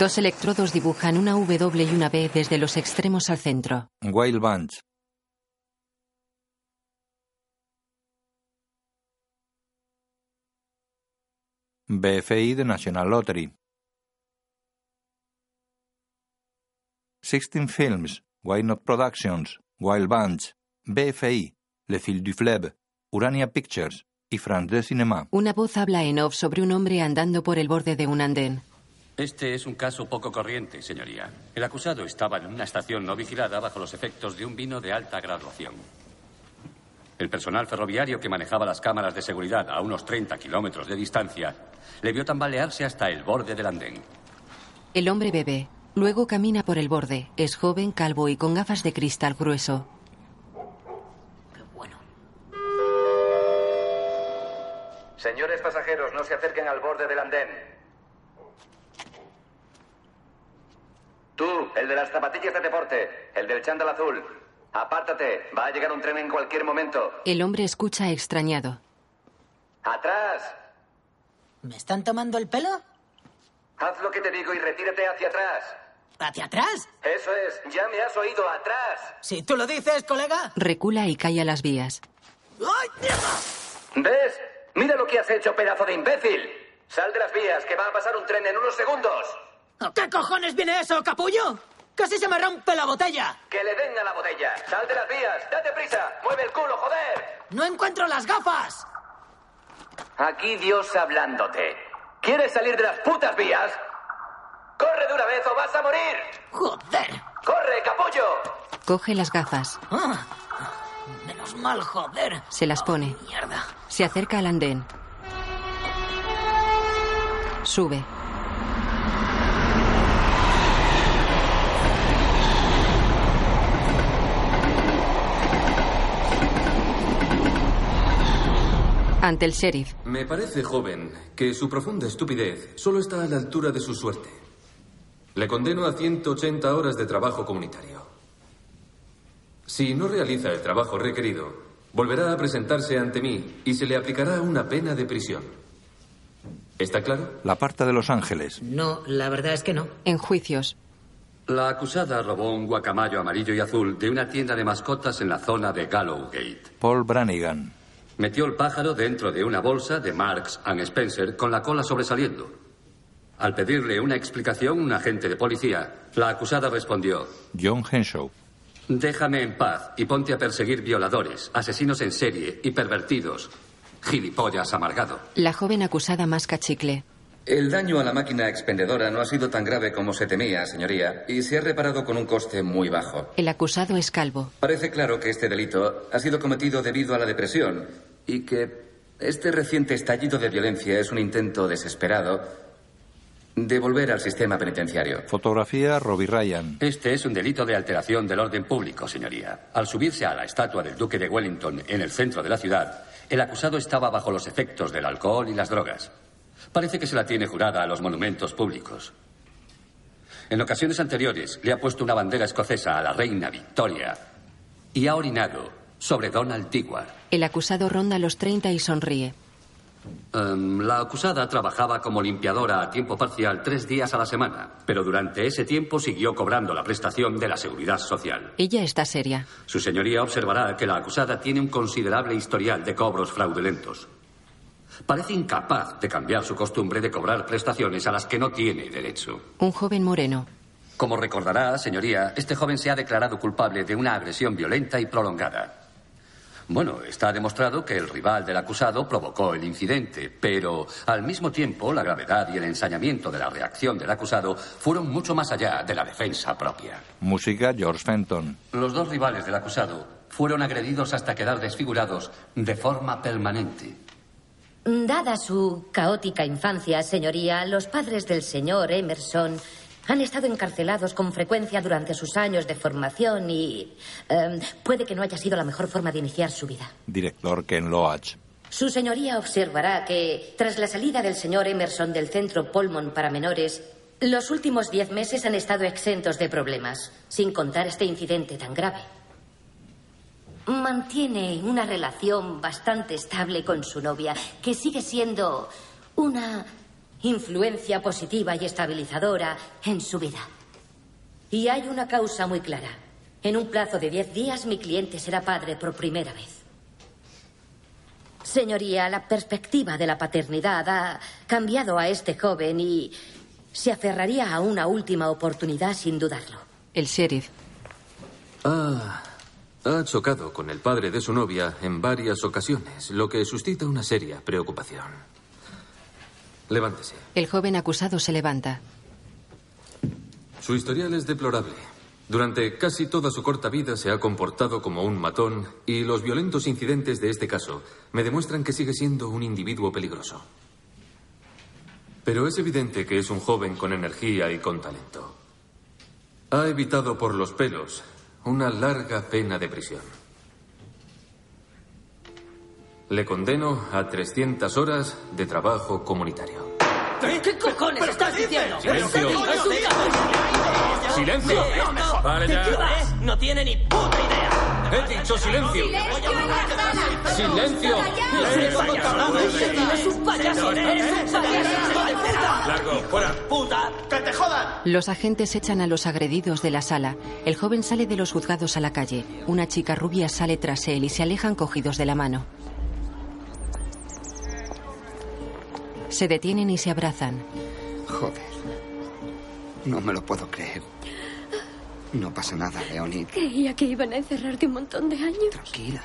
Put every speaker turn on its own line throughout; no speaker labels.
Dos electrodos dibujan una W y una B desde los extremos al centro.
Wild Bunch. BFI de National Lottery. Sixteen Films, Why Not Productions, Wild Bunch, BFI, Le Fil du Fleb, Urania Pictures y France de Cinema.
Una voz habla en off sobre un hombre andando por el borde de un andén.
Este es un caso poco corriente, señoría. El acusado estaba en una estación no vigilada bajo los efectos de un vino de alta graduación. El personal ferroviario que manejaba las cámaras de seguridad a unos 30 kilómetros de distancia le vio tambalearse hasta el borde del andén.
El hombre bebe. Luego camina por el borde. Es joven, calvo y con gafas de cristal grueso.
Señores pasajeros, no se acerquen al borde del andén. Tú, el de las zapatillas de deporte, el del chándal azul, apártate, va a llegar un tren en cualquier momento.
El hombre escucha extrañado.
¡Atrás!
¿Me están tomando el pelo?
Haz lo que te digo y retírate hacia atrás.
¿Hacia atrás?
Eso es, ya me has oído, atrás.
Si tú lo dices, colega.
Recula y cae a las vías.
¡Ay, mierda!
¿Ves? Mira lo que has hecho, pedazo de imbécil. Sal de las vías, que va a pasar un tren en unos segundos.
¿A ¿Qué cojones viene eso, capullo? ¡Casi se me rompe la botella!
Que le den a la botella. Sal de las vías, date prisa, mueve el culo, joder.
¡No encuentro las gafas!
Aquí Dios hablándote. ¿Quieres salir de las putas vías? Corre de una vez o vas a morir.
¡Joder!
Corre, capullo.
Coge las gafas.
Ah, menos mal, joder.
Se las pone.
Ah, Mierda.
Se acerca al andén. Sube. Ante el sheriff,
Me parece, joven, que su profunda estupidez solo está a la altura de su suerte. Le condeno a 180 horas de trabajo comunitario. Si no realiza el trabajo requerido, volverá a presentarse ante mí y se le aplicará una pena de prisión. ¿Está claro?
La Parta de Los Ángeles.
No, la verdad es que no.
en juicios,
La acusada robó un guacamayo amarillo y azul de una tienda de mascotas en la zona de Gallowgate.
Paul Branigan.
Metió el pájaro dentro de una bolsa de Marks and Spencer con la cola sobresaliendo. Al pedirle una explicación, un agente de policía, la acusada respondió:
John Henshaw.
Déjame en paz y ponte a perseguir violadores, asesinos en serie y pervertidos. Gilipollas amargado.
la joven acusada masca chicle.
El daño a la máquina expendedora no ha sido tan grave como se temía, señoría, y se ha reparado con un coste muy bajo.
El acusado es calvo.
Parece claro que este delito ha sido cometido debido a la depresión y que este reciente estallido de violencia es un intento desesperado de volver al sistema penitenciario.
Fotografía Robbie Ryan.
Este es un delito de alteración del orden público, señoría. Al subirse a la estatua del duque de Wellington en el centro de la ciudad, el acusado estaba bajo los efectos del alcohol y las drogas. Parece que se la tiene jurada a los monumentos públicos. En ocasiones anteriores le ha puesto una bandera escocesa a la reina Victoria y ha orinado sobre Donald Dewar.
El acusado ronda los 30 y sonríe.
Em, la acusada trabajaba como limpiadora a tiempo parcial tres días a la semana, pero durante ese tiempo siguió cobrando la prestación de la seguridad social.
Ella está seria.
Su señoría observará que la acusada tiene un considerable historial de cobros fraudulentos. Parece incapaz de cambiar su costumbre de cobrar prestaciones a las que no tiene derecho.
Un joven moreno.
Como recordará, señoría, este joven se ha declarado culpable de una agresión violenta y prolongada. Bueno, está demostrado que el rival del acusado provocó el incidente, pero al mismo tiempo la gravedad y el ensañamiento de la reacción del acusado fueron mucho más allá de la defensa propia.
Música George Fenton.
Los dos rivales del acusado fueron agredidos hasta quedar desfigurados de forma permanente.
Dada su caótica infancia, señoría, los padres del señor Emerson han estado encarcelados con frecuencia durante sus años de formación y eh, puede que no haya sido la mejor forma de iniciar su vida.
Director Ken Loach.
Su señoría observará que, tras la salida del señor Emerson del centro Polmon para menores, los últimos diez meses han estado exentos de problemas, sin contar este incidente tan grave. Mantiene una relación bastante estable con su novia, que sigue siendo una influencia positiva y estabilizadora en su vida. Y hay una causa muy clara. En un plazo de 10 días mi cliente será padre por primera vez. Señoría, la perspectiva de la paternidad ha cambiado a este joven y se aferraría a una última oportunidad sin dudarlo.
El sheriff.
Ah, ha chocado con el padre de su novia en varias ocasiones, lo que suscita una seria preocupación. Levántese.
El joven acusado se levanta.
Su historial es deplorable. Durante casi toda su corta vida se ha comportado como un matón y los violentos incidentes de este caso me demuestran que sigue siendo un individuo peligroso. Pero es evidente que es un joven con energía y con talento. Ha evitado por los pelos una larga pena de prisión. Le condeno a 300 horas de trabajo comunitario.
¿Qué cojones estás diciendo?
Silencio.
¡Es un cabrón!
¡Silencio!
No, no, no.
Vale
¿De
ya.
qué vas? No tiene ni puta idea.
¡He dicho silencio! ¡Silencio!
Eres un cabrón, eres un payaso, eres un payaso, hijo de puta.
¡Largo! ¡Fuera!
Puta.
Los agentes echan a los agredidos de la sala. El joven sale de los juzgados a la calle. Una chica rubia sale tras él y se alejan cogidos de la mano. Se detienen y se abrazan.
Joder. No me lo puedo creer. No pasa nada, Leonie.
Creía que iban a encerrarte un montón de años.
Tranquila.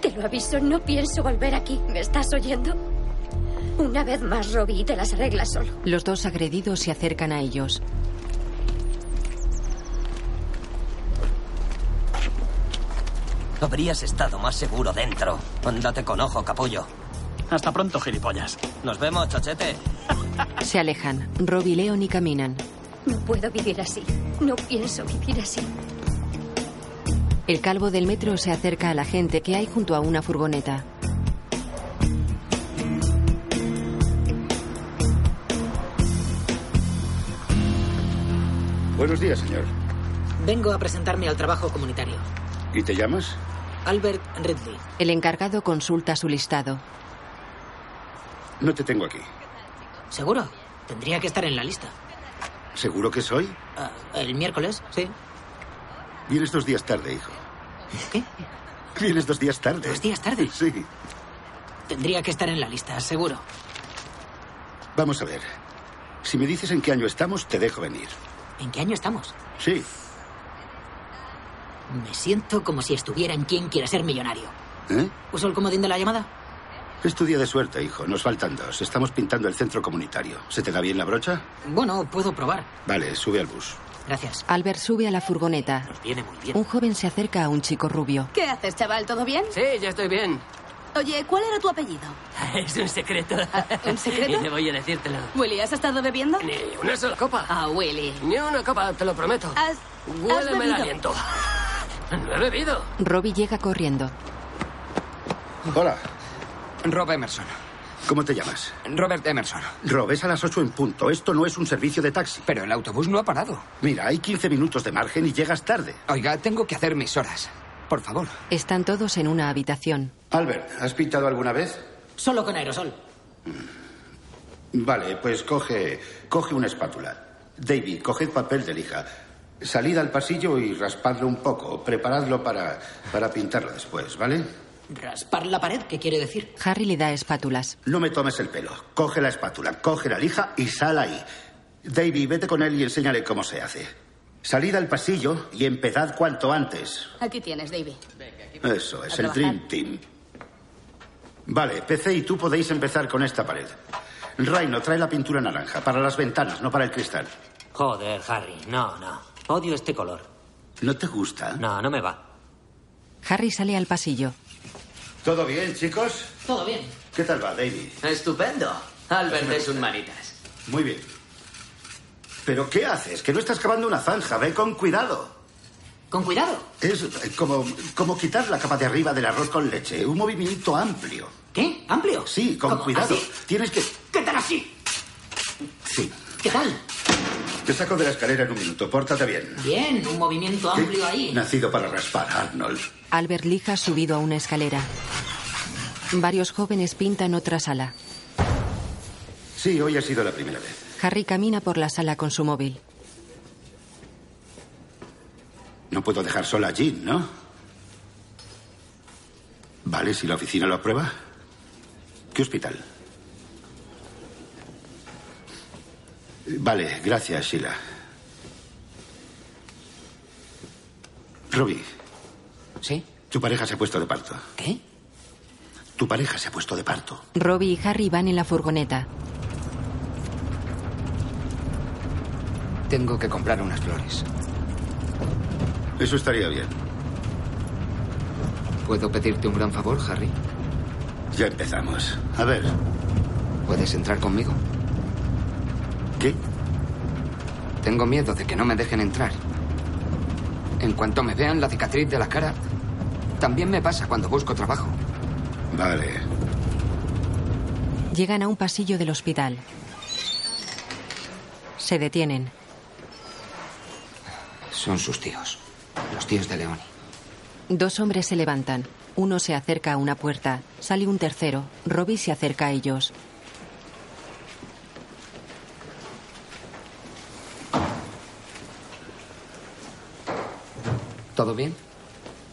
Te lo aviso, no pienso volver aquí. ¿Me estás oyendo? Una vez más, Robbie, te las arreglas solo.
Los dos agredidos se acercan a ellos.
Habrías estado más seguro dentro. Andate con ojo, capullo.
Hasta pronto, gilipollas.
Nos vemos, chochete.
Se alejan. Rob y Leon y caminan.
No puedo vivir así. No pienso vivir así.
El calvo del metro se acerca a la gente que hay junto a una furgoneta.
Buenos días, señor.
Vengo a presentarme al trabajo comunitario.
¿Y te llamas?
Albert Ridley.
El encargado consulta su listado.
No te tengo aquí.
¿Seguro? Tendría que estar en la lista.
¿Seguro que soy?
Ah, ¿El miércoles? Sí.
Vienes dos días tarde, hijo.
¿Qué?
Vienes dos días tarde.
¿Dos días tarde?
Sí.
Tendría que estar en la lista, seguro.
Vamos a ver. Si me dices en qué año estamos, te dejo venir.
¿En qué año estamos?
Sí.
Me siento como si estuviera en quien quiere ser millonario.
¿Eh?
¿Uso el comodín de la llamada?
Es tu día de suerte, hijo. Nos faltan dos. Estamos pintando el centro comunitario. ¿Se te da bien la brocha?
Bueno, puedo probar.
Vale, sube al bus.
Gracias.
Albert sube a la furgoneta.
Viene muy bien.
Un joven se acerca a un chico rubio.
¿Qué haces, chaval? ¿Todo bien?
Sí, ya estoy bien.
Oye, ¿cuál era tu apellido?
Es un secreto.
¿Un secreto?
Y no voy a decírtelo.
Willy, ¿has estado bebiendo?
Ni una sola copa.
Ah, Willy.
Ni una copa, te lo prometo.
¿Has, has
Huéleme el
bebido?
aliento. No he bebido.
Robbie llega corriendo.
Hola.
Rob Emerson.
¿Cómo te llamas?
Robert Emerson.
Rob, es a las ocho en punto. Esto no es un servicio de taxi.
Pero el autobús no ha parado.
Mira, hay 15 minutos de margen y llegas tarde.
Oiga, tengo que hacer mis horas. Por favor.
Están todos en una habitación.
Albert, ¿has pintado alguna vez?
Solo con aerosol.
Vale, pues coge, coge una espátula. David, coged papel de lija. Salid al pasillo y raspadlo un poco. Preparadlo para, para pintarlo después, ¿vale?
¿Raspar la pared? ¿Qué quiere decir?
Harry le da espátulas.
No me tomes el pelo. Coge la espátula, coge la lija y sal ahí. David, vete con él y enséñale cómo se hace. Salid al pasillo y empezad cuanto antes.
Aquí tienes, David.
Eso es,
A
el
trabajar.
Dream Team. Vale, PC y tú podéis empezar con esta pared. Reino, trae la pintura naranja, para las ventanas, no para el cristal.
Joder, Harry, no, no. Odio este color.
¿No te gusta?
No, no me va.
Harry sale al pasillo.
¿Todo bien, chicos?
Todo bien.
¿Qué tal va, David?
Estupendo. Albert es un manitas.
Muy bien. ¿Pero qué haces? Que no estás cavando una zanja. Ve con cuidado.
Con cuidado.
Es eh, como, como quitar la capa de arriba del arroz con leche. Un movimiento amplio.
¿Qué? ¿Amplio?
Sí, con
¿Cómo?
cuidado.
¿Así?
Tienes que...
¿Qué tal así?
Sí.
¿Qué tal?
Te saco de la escalera en un minuto. Pórtate bien.
Bien, un movimiento
¿Qué?
amplio ahí.
Nacido para raspar, Arnold.
Albert lija subido a una escalera. Varios jóvenes pintan otra sala.
Sí, hoy ha sido la primera vez.
Harry camina por la sala con su móvil.
No puedo dejar sola a Jean, ¿no? Vale, si la oficina lo aprueba. ¿Qué hospital? Vale, gracias, Sheila. Robbie.
¿Sí?
Tu pareja se ha puesto de parto.
¿Qué?
Tu pareja se ha puesto de parto.
Robbie y Harry van en la furgoneta.
Tengo que comprar unas flores.
Eso estaría bien.
¿Puedo pedirte un gran favor, Harry?
Ya empezamos. A ver.
¿Puedes entrar conmigo?
¿Qué?
Tengo miedo de que no me dejen entrar. En cuanto me vean la cicatriz de la cara, también me pasa cuando busco trabajo.
Vale.
Llegan a un pasillo del hospital. Se detienen.
Son sus tíos. Los tíos de Leoni.
Dos hombres se levantan. Uno se acerca a una puerta. Sale un tercero. Robbie se acerca a ellos.
¿Todo bien?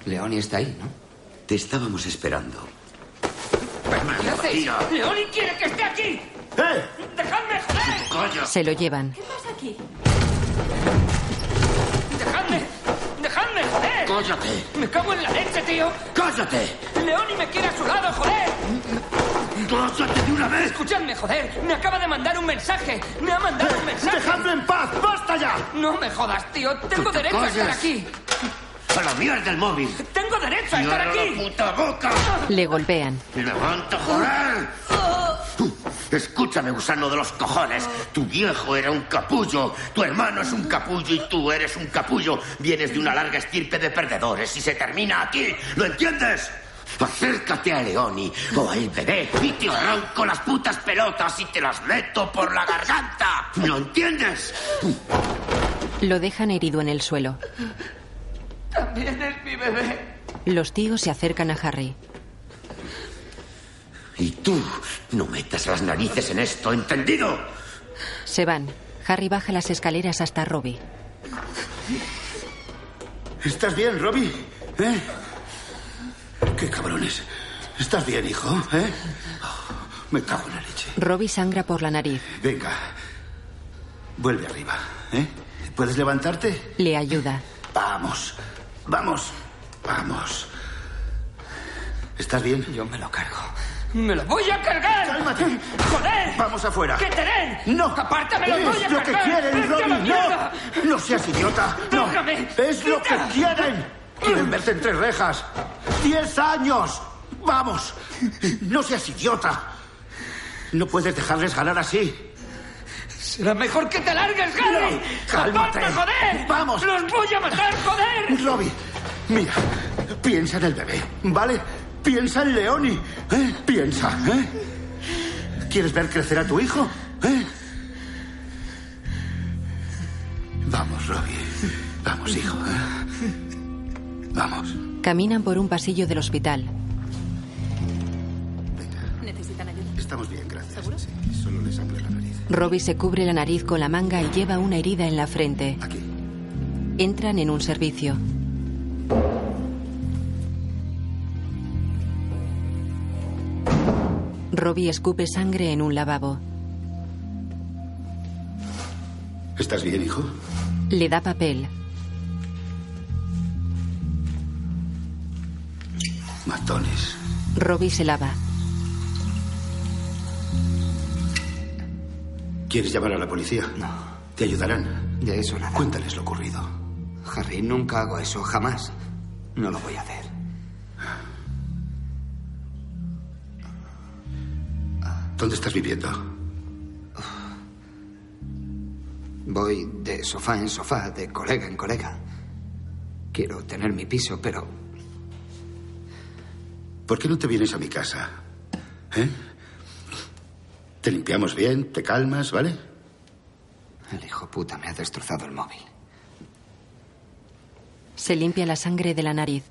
Leoni está ahí, ¿no?
Te estábamos esperando.
¿Qué hacéis? ¡Leoni quiere que esté aquí!
¡Eh!
¡Dejadme joder!
Se lo llevan.
pasa aquí? ¡Dejadme! ¡Dejadme joder!
¡Cóllate!
¡Me cago en la leche, tío!
¡Cállate!
¡Leoni me quiere a su lado, joder!
¡Cállate de una vez!
Escuchadme, joder. Me acaba de mandar un mensaje. Me ha mandado un mensaje.
¡Dejadme en paz! ¡Basta ya!
No me jodas, tío. Tengo
Tú te
derecho a estar
callas.
aquí.
¡A la mierda el móvil!
Tengo derecho a
¡Cierra
estar aquí.
la puta boca!
Le golpean.
¡Levanta, joder! Escúchame, gusano de los cojones. Tu viejo era un capullo, tu hermano es un capullo y tú eres un capullo. Vienes de una larga estirpe de perdedores y se termina aquí. ¿Lo entiendes? Acércate a Leoni o al bebé y te arranco las putas pelotas y te las meto por la garganta. ¿Lo entiendes?
Lo dejan herido en el suelo.
También es mi bebé.
Los tíos se acercan a Harry.
Y tú no metas las narices en esto, ¿entendido?
Se van. Harry baja las escaleras hasta Robbie.
¿Estás bien, Robbie? ¿Eh? ¡Qué cabrones! ¿Estás bien, hijo? ¿Eh? Me cago en la leche.
Robbie sangra por la nariz.
Venga. Vuelve arriba, ¿eh? ¿Puedes levantarte?
Le ayuda.
Vamos, vamos, vamos. ¿Estás bien?
Yo me lo cargo.
¡Me lo voy a cargar!
¡Cálmate!
¡Joder!
Vamos afuera.
¡Que te den!
No.
¡Aparte me lo
es
voy a
lo
cargar!
que quieren,
¡Vete a la
Robbie.
mierda!
No, no seas idiota. No.
Déjame.
Es lo que quieren. Quieren verte entre rejas. Diez años. Vamos. No seas idiota. No puedes dejarles ganar así.
Será mejor que te largues, Harry.
cálmate.
¡Aparte, joder!
Vamos.
¡Los voy a matar, joder!
Robbie, mira. Piensa en el bebé, ¿vale? Piensa en Leoni. ¿eh? Piensa, ¿eh? ¿Quieres ver crecer a tu hijo? ¿Eh? Vamos, Robbie. Vamos, hijo. ¿eh? Vamos.
Caminan por un pasillo del hospital.
¿Necesitan ayuda?
Estamos bien, gracias. Sí, solo le sangré la nariz.
Robbie se cubre la nariz con la manga y lleva una herida en la frente. Entran en un servicio. Robbie escupe sangre en un lavabo.
¿Estás bien, hijo?
Le da papel.
Matones.
Robbie se lava.
¿Quieres llamar a la policía?
No.
Te ayudarán.
De eso nada.
Cuéntales lo ocurrido.
Harry, nunca hago eso, jamás. No lo voy a hacer.
¿Dónde estás viviendo?
Voy de sofá en sofá, de colega en colega. Quiero tener mi piso, pero
¿Por qué no te vienes a mi casa? ¿Eh? Te limpiamos bien, te calmas, ¿vale?
el hijo puta me ha destrozado el móvil.
Se limpia la sangre de la nariz.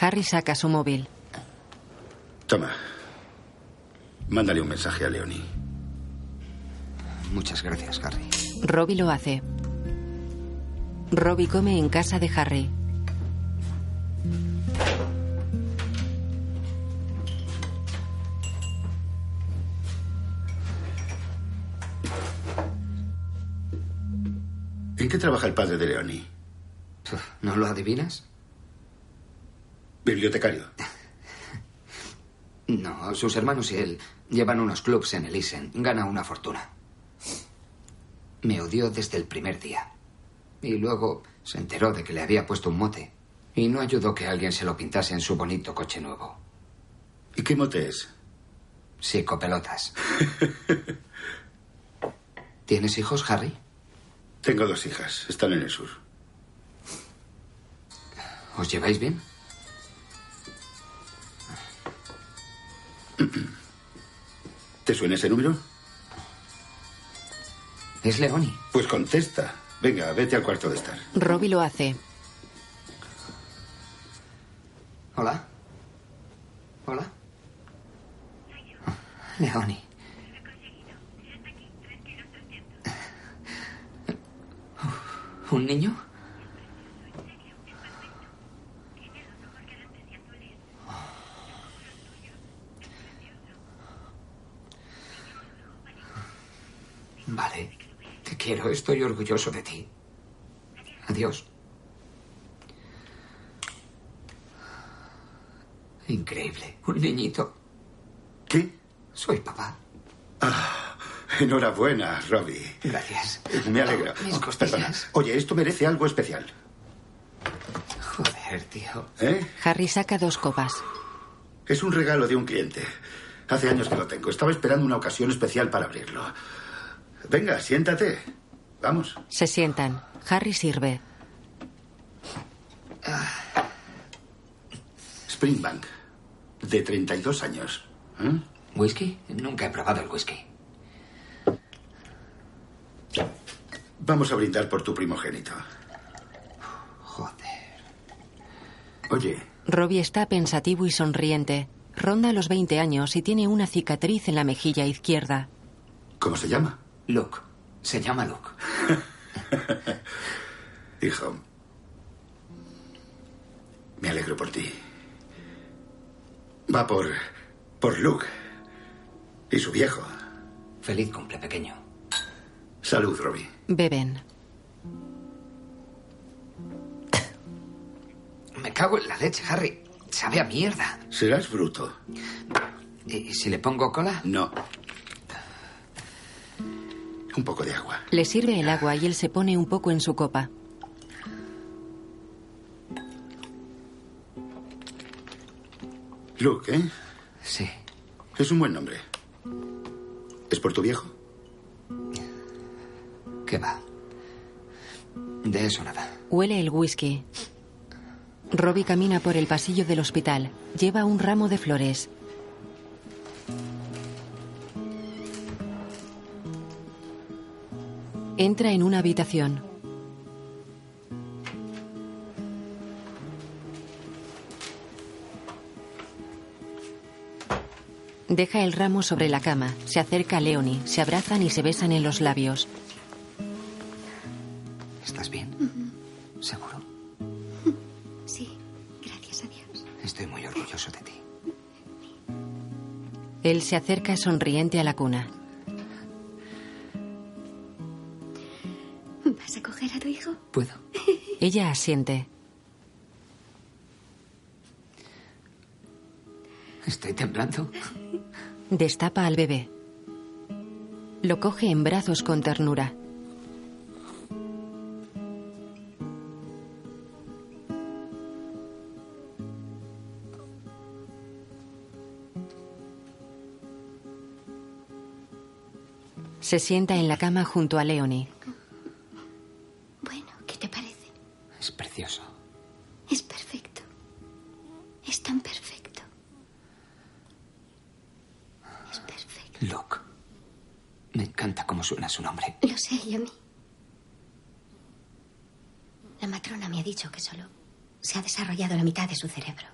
Harry saca su móvil.
Toma. Mándale un mensaje a Leonie. Muchas gracias, Harry.
Robbie lo hace. Robbie come en casa de Harry.
¿En qué trabaja el padre de Leonie?
¿No lo adivinas?
Bibliotecario.
No, sus hermanos y él llevan unos clubs en el Isen. Gana una fortuna. Me odió desde el primer día. Y luego se enteró de que le había puesto un mote. Y no ayudó que alguien se lo pintase en su bonito coche nuevo.
¿Y qué mote es?
Psicopelotas. ¿Tienes hijos, Harry?
Tengo dos hijas. Están en el sur.
¿Os lleváis bien?
¿Te suena ese número?
Es Leoni.
Pues contesta. Venga, vete al cuarto de estar.
Robbie lo hace.
Hola. Hola. Leoni. ¿Un niño? Vale. Te quiero. Estoy orgulloso de ti. Adiós. Increíble. Un niñito.
¿Qué? Ah,
Soy papá.
Enhorabuena, Robbie.
Gracias.
Me alegro.
Mis
Oh,
costillas.
perdona. Oye, esto merece algo especial.
Joder, tío.
¿Eh?
Harry saca dos copas.
Es un regalo de un cliente. Hace años que lo tengo. Estaba esperando una ocasión especial para abrirlo. Venga, siéntate. Vamos.
Se sientan. Harry sirve.
Springbank, de 32 años. ¿Eh?
¿Whisky? Nunca he probado el whisky.
Vamos a brindar por tu primogénito. Joder. Oye,
Robbie está pensativo y sonriente. Ronda los 20 años y tiene una cicatriz en la mejilla izquierda.
¿cómo se llama?
Luke. Se llama Luke.
Hijo. Me alegro por ti. Va por. por Luke. Y su viejo.
Feliz cumple, pequeño.
Salud, Robbie.
Beben.
Me cago en la leche, Harry. Sabe a mierda.
Serás bruto.
¿Y si le pongo cola?
No. Un poco de agua.
Le sirve el agua y él se pone un poco en su copa.
Luke, ¿eh?
Sí.
Es un buen nombre. ¿Es por tu viejo?
¿Qué va? De eso nada.
Huele el whisky. Robbie camina por el pasillo del hospital. Lleva un ramo de flores. Entra en una habitación. Deja el ramo sobre la cama, se acerca a Leonie, se abrazan y se besan en los labios.
¿Estás bien? Seguro.
Sí, gracias a Dios.
Estoy muy orgulloso de ti.
Él se acerca sonriente a la cuna.
¿Vas a coger a tu hijo?
¿Puedo?
Ella asiente.
Estoy temblando.
Destapa al bebé. Lo coge en brazos con ternura. Se sienta en la cama junto a Leonie.
Bueno, ¿qué te parece?
Es precioso.
Es perfecto. Es tan perfecto. Es perfecto.
Luke. Me encanta cómo suena su nombre.
Lo sé, y a mí. La matrona me ha dicho que solo se ha desarrollado la mitad de su cerebro.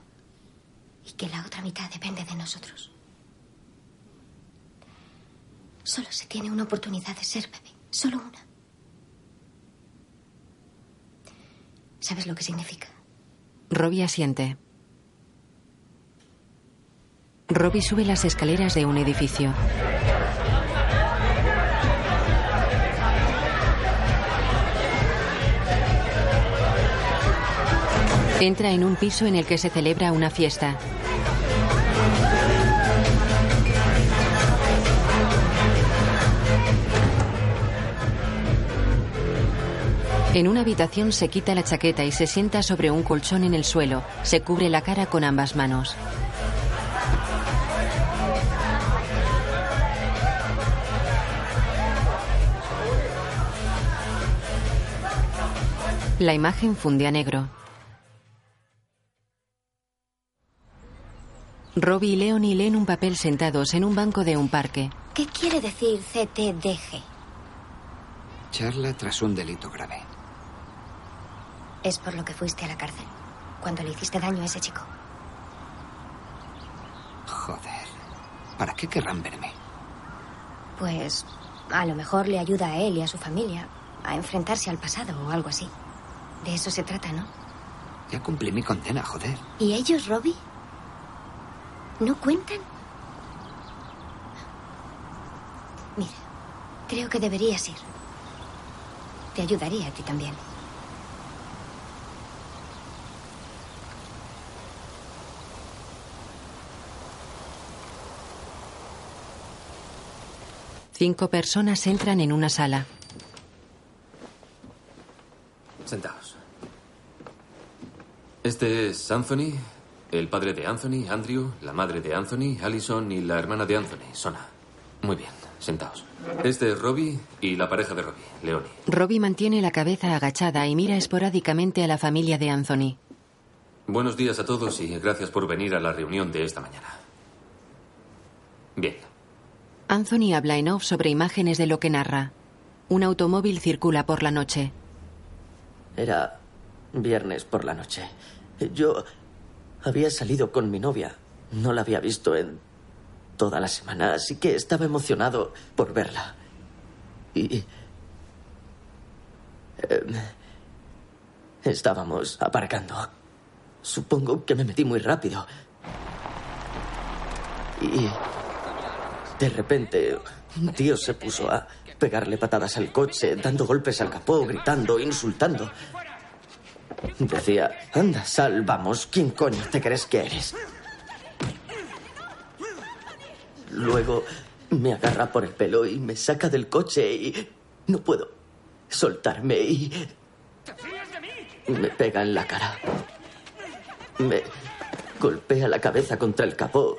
y que la otra mitad depende de nosotros. Solo se tiene una oportunidad de ser bebé, solo una. ¿Sabes lo que significa?
Robbie asiente. Robbie sube las escaleras de un edificio. Entra en un piso en el que se celebra una fiesta. En una habitación se quita la chaqueta y se sienta sobre un colchón en el suelo. Se cubre la cara con ambas manos. La imagen funde a negro. Robbie y Leonie leen un papel sentados en un banco de un parque.
¿Qué quiere decir CTDG?
Charla tras un delito grave.
Es por lo que fuiste a la cárcel, cuando le hiciste daño a ese chico.
Joder. ¿Para qué querrán verme?
Pues a lo mejor le ayuda a él y a su familia a enfrentarse al pasado o algo así. De eso se trata, ¿no?
Ya cumplí mi condena, joder.
¿Y ellos, Robbie? ¿No cuentan? Mira, creo que deberías ir. Te ayudaría a ti también.
Cinco personas entran en una sala.
Sentaos. Este es Anthony, el padre de Anthony, Andrew, la madre de Anthony, Allison y la hermana de Anthony, Sona. Muy bien, sentaos. Este es Robbie y la pareja de Robbie, Leonie.
Robbie mantiene la cabeza agachada y mira esporádicamente a la familia de Anthony.
Buenos días a todos y gracias por venir a la reunión de esta mañana. Bien,
Anthony habla en off sobre imágenes de lo que narra. Un automóvil circula por la noche.
Era viernes por la noche. Yo había salido con mi novia. No la había visto en toda la semana, así que estaba emocionado por verla. Y... em, estábamos aparcando. Supongo que me metí muy rápido. Y... De repente, un tío se puso a pegarle patadas al coche, dando golpes al capó, gritando, insultando. Decía, anda, sal, vamos, ¿quién coño te crees que eres? Luego me agarra por el pelo y me saca del coche y no puedo soltarme y me pega en la cara. Me golpea la cabeza contra el capó.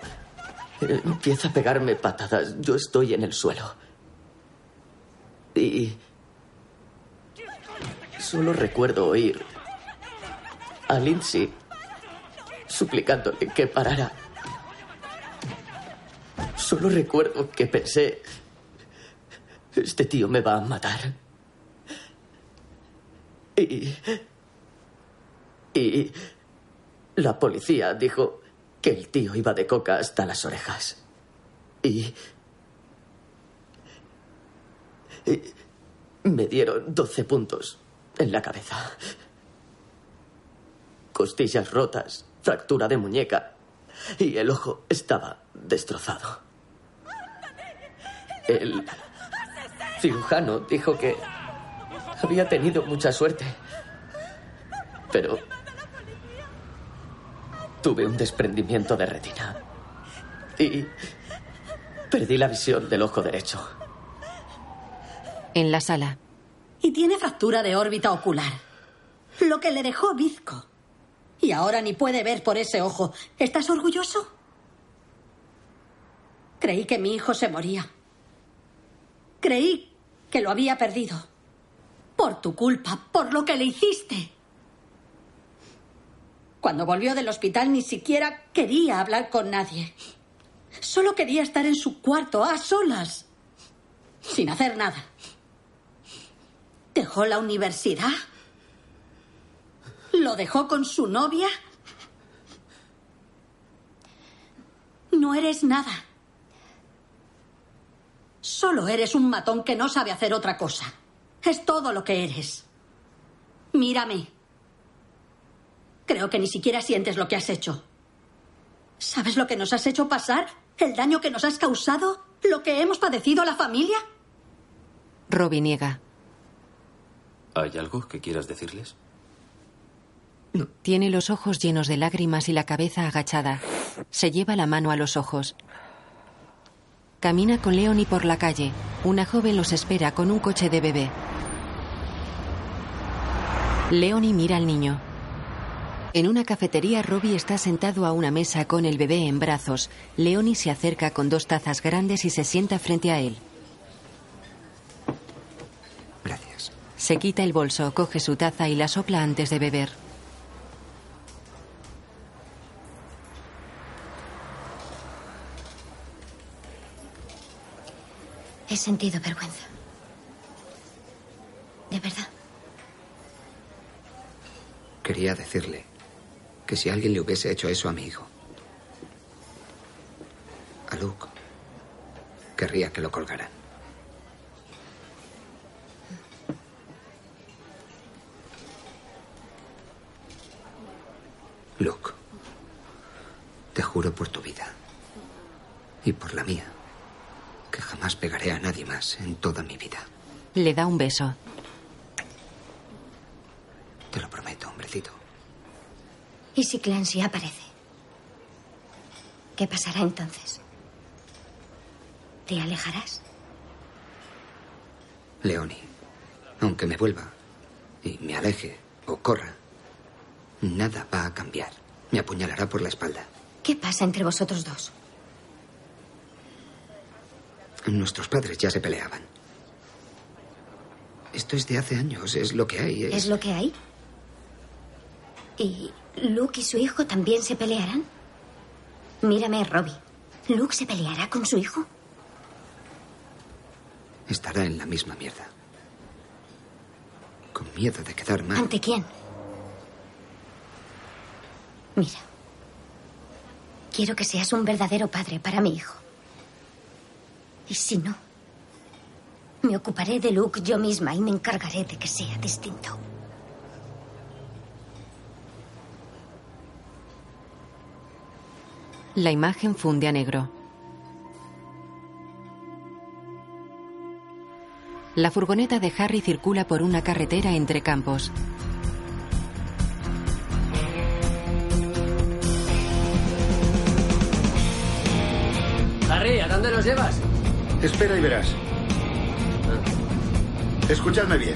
Eh, Empieza a pegarme patadas. Yo estoy en el suelo. Y... Solo recuerdo oír a Lindsay suplicándole que parara. Solo recuerdo que pensé, este tío me va a matar. Y... Y... La policía dijo que el tío iba de coca hasta las orejas. Y... y me dieron 12 puntos en la cabeza. Costillas rotas, fractura de muñeca y el ojo estaba destrozado. El cirujano dijo que había tenido mucha suerte, pero Tuve un desprendimiento de retina. Y perdí la visión del ojo derecho.
En la sala,
Y tiene fractura de órbita ocular. Lo que le dejó bizco. Y ahora ni puede ver por ese ojo. ¿Estás orgulloso? Creí que mi hijo se moría. Creí que lo había perdido. Por tu culpa, por lo que le hiciste. Cuando volvió del hospital ni siquiera quería hablar con nadie. Solo quería estar en su cuarto, a solas, sin hacer nada. Dejó la universidad. Lo dejó con su novia. no eres nada. Solo eres un matón que no sabe hacer otra cosa. Es todo lo que eres. Mírame. Creo que ni siquiera sientes lo que has hecho. ¿Sabes lo que nos has hecho pasar? ¿El daño que nos has causado? ¿Lo que hemos padecido la familia?
Robbie niega.
¿Hay algo que quieras decirles?
Tiene los ojos llenos de lágrimas y la cabeza agachada. Se lleva la mano a los ojos. Camina con Leonie por la calle. Una joven los espera con un coche de bebé. Leonie mira al niño. En una cafetería, Robbie está sentado a una mesa con el bebé en brazos. Leonie se acerca con dos tazas grandes y se sienta frente a él.
Gracias.
Se quita el bolso, coge su taza y la sopla antes de beber.
He sentido vergüenza. De verdad.
Quería decirle que si alguien le hubiese hecho eso a mi hijo, a Luke, querría que lo colgaran. Luke, te juro por tu vida y por la mía que jamás pegaré a nadie más en toda mi vida.
Le da un beso.
Te lo prometo, hombrecito.
¿Y si Clancy aparece? ¿Qué pasará entonces? ¿Te alejarás?
Leonie, aunque me vuelva y me aleje o corra, nada va a cambiar. Me apuñalará por la espalda.
¿Qué pasa entre vosotros dos?
Nuestros padres ya se peleaban. Esto es de hace años, es lo que hay. ¿eh?
¿Es, lo que hay? ¿Y Luke y su hijo también se pelearán? Mírame, Robbie. ¿Luke se peleará con su hijo?
Estará en la misma mierda. Con miedo de quedar mal.
¿Ante quién? Mira. Quiero que seas un verdadero padre para mi hijo. Y si no, me ocuparé de Luke yo misma y me encargaré de que sea distinto.
La imagen funde a negro. La furgoneta de Harry circula por una carretera entre campos.
Harry, ¿a dónde nos llevas?
Espera y verás. Escuchadme bien.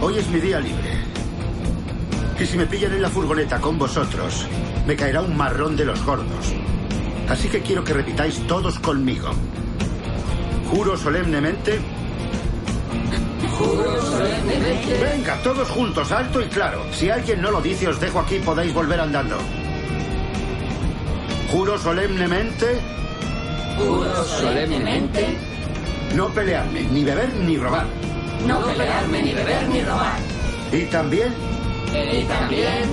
Hoy es mi día libre. Y si me pillan en la furgoneta con vosotros, me caerá un marrón de los gordos. Así que quiero que repitáis todos conmigo. Juro solemnemente.
Juro solemnemente.
Venga, todos juntos, alto y claro. Si alguien no lo dice, os dejo aquí, podéis volver andando. Juro solemnemente.
Juro solemnemente.
No pelearme, ni beber, ni robar.
No pelearme, ni beber, ni robar.
Y también.
Y también.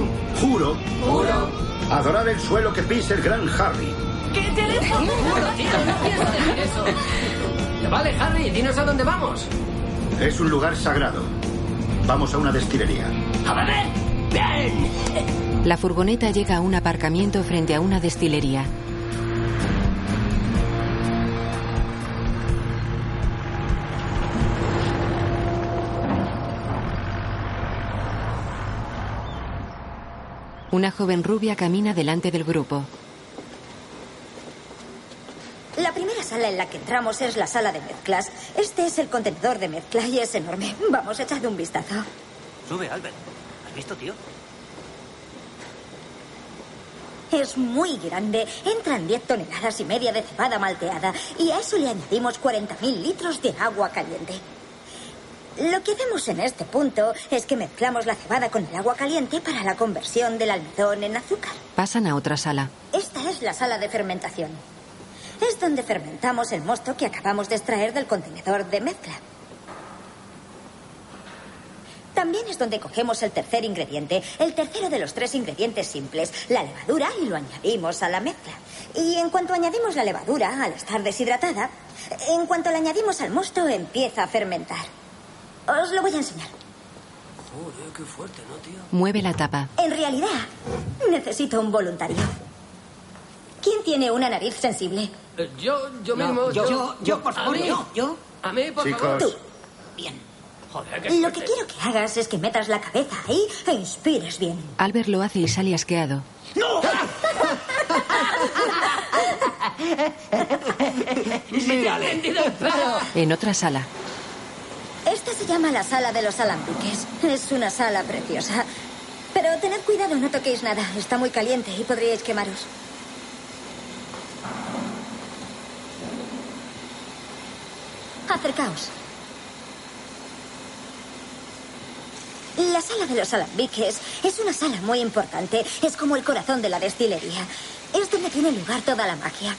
Juro.
Juro.
Adorar el suelo que pise el gran Harry.
¿Qué teléfono? Juro, tío, no pienso decir eso.
Vale, Harry, dinos a dónde vamos.
Es un lugar sagrado. Vamos a una destilería.
¡A beber! ¡Bien!
La furgoneta llega a un aparcamiento frente a una destilería. Una joven rubia camina delante del grupo.
La primera sala en la que entramos es la sala de mezclas. Este es el contenedor de mezcla y es enorme. Vamos, echad un vistazo.
Sube, Albert. ¿Has visto, tío?
Es muy grande. Entran 10 toneladas y media de cebada malteada. Y a eso le añadimos 40.000 litros de agua caliente. Lo que hacemos en este punto es que mezclamos la cebada con el agua caliente para la conversión del almidón en azúcar.
Pasan a otra sala.
Esta es la sala de fermentación. Es donde fermentamos el mosto que acabamos de extraer del contenedor de mezcla. También es donde cogemos el tercer ingrediente, el tercero de los tres ingredientes simples, la levadura, y lo añadimos a la mezcla. Y en cuanto añadimos la levadura, al estar deshidratada, en cuanto la añadimos al mosto, empieza a fermentar. Os lo voy a enseñar.
Joder, qué fuerte, ¿no, tío?
Mueve la tapa.
En realidad, necesito un voluntario. ¿Quién tiene una nariz sensible?
Eh, yo, yo
No,
mismo.
yo, yo, yo, por favor,
a mí,
yo, yo.
A mí, por
Chicos.
favor.
Tú.
Bien. Joder, qué
Lo
fuerte.
que quiero que hagas es que metas la cabeza ahí e inspires bien.
Albert lo hace y sale asqueado.
¡No!
Mírale.
En otra sala,
Esta se llama la sala de los alambiques. Es una sala preciosa. Pero tened cuidado, no toquéis nada. Está muy caliente y podríais quemaros. Acercaos. La sala de los alambiques es una sala muy importante. Es como el corazón de la destilería. Es donde tiene lugar toda la magia.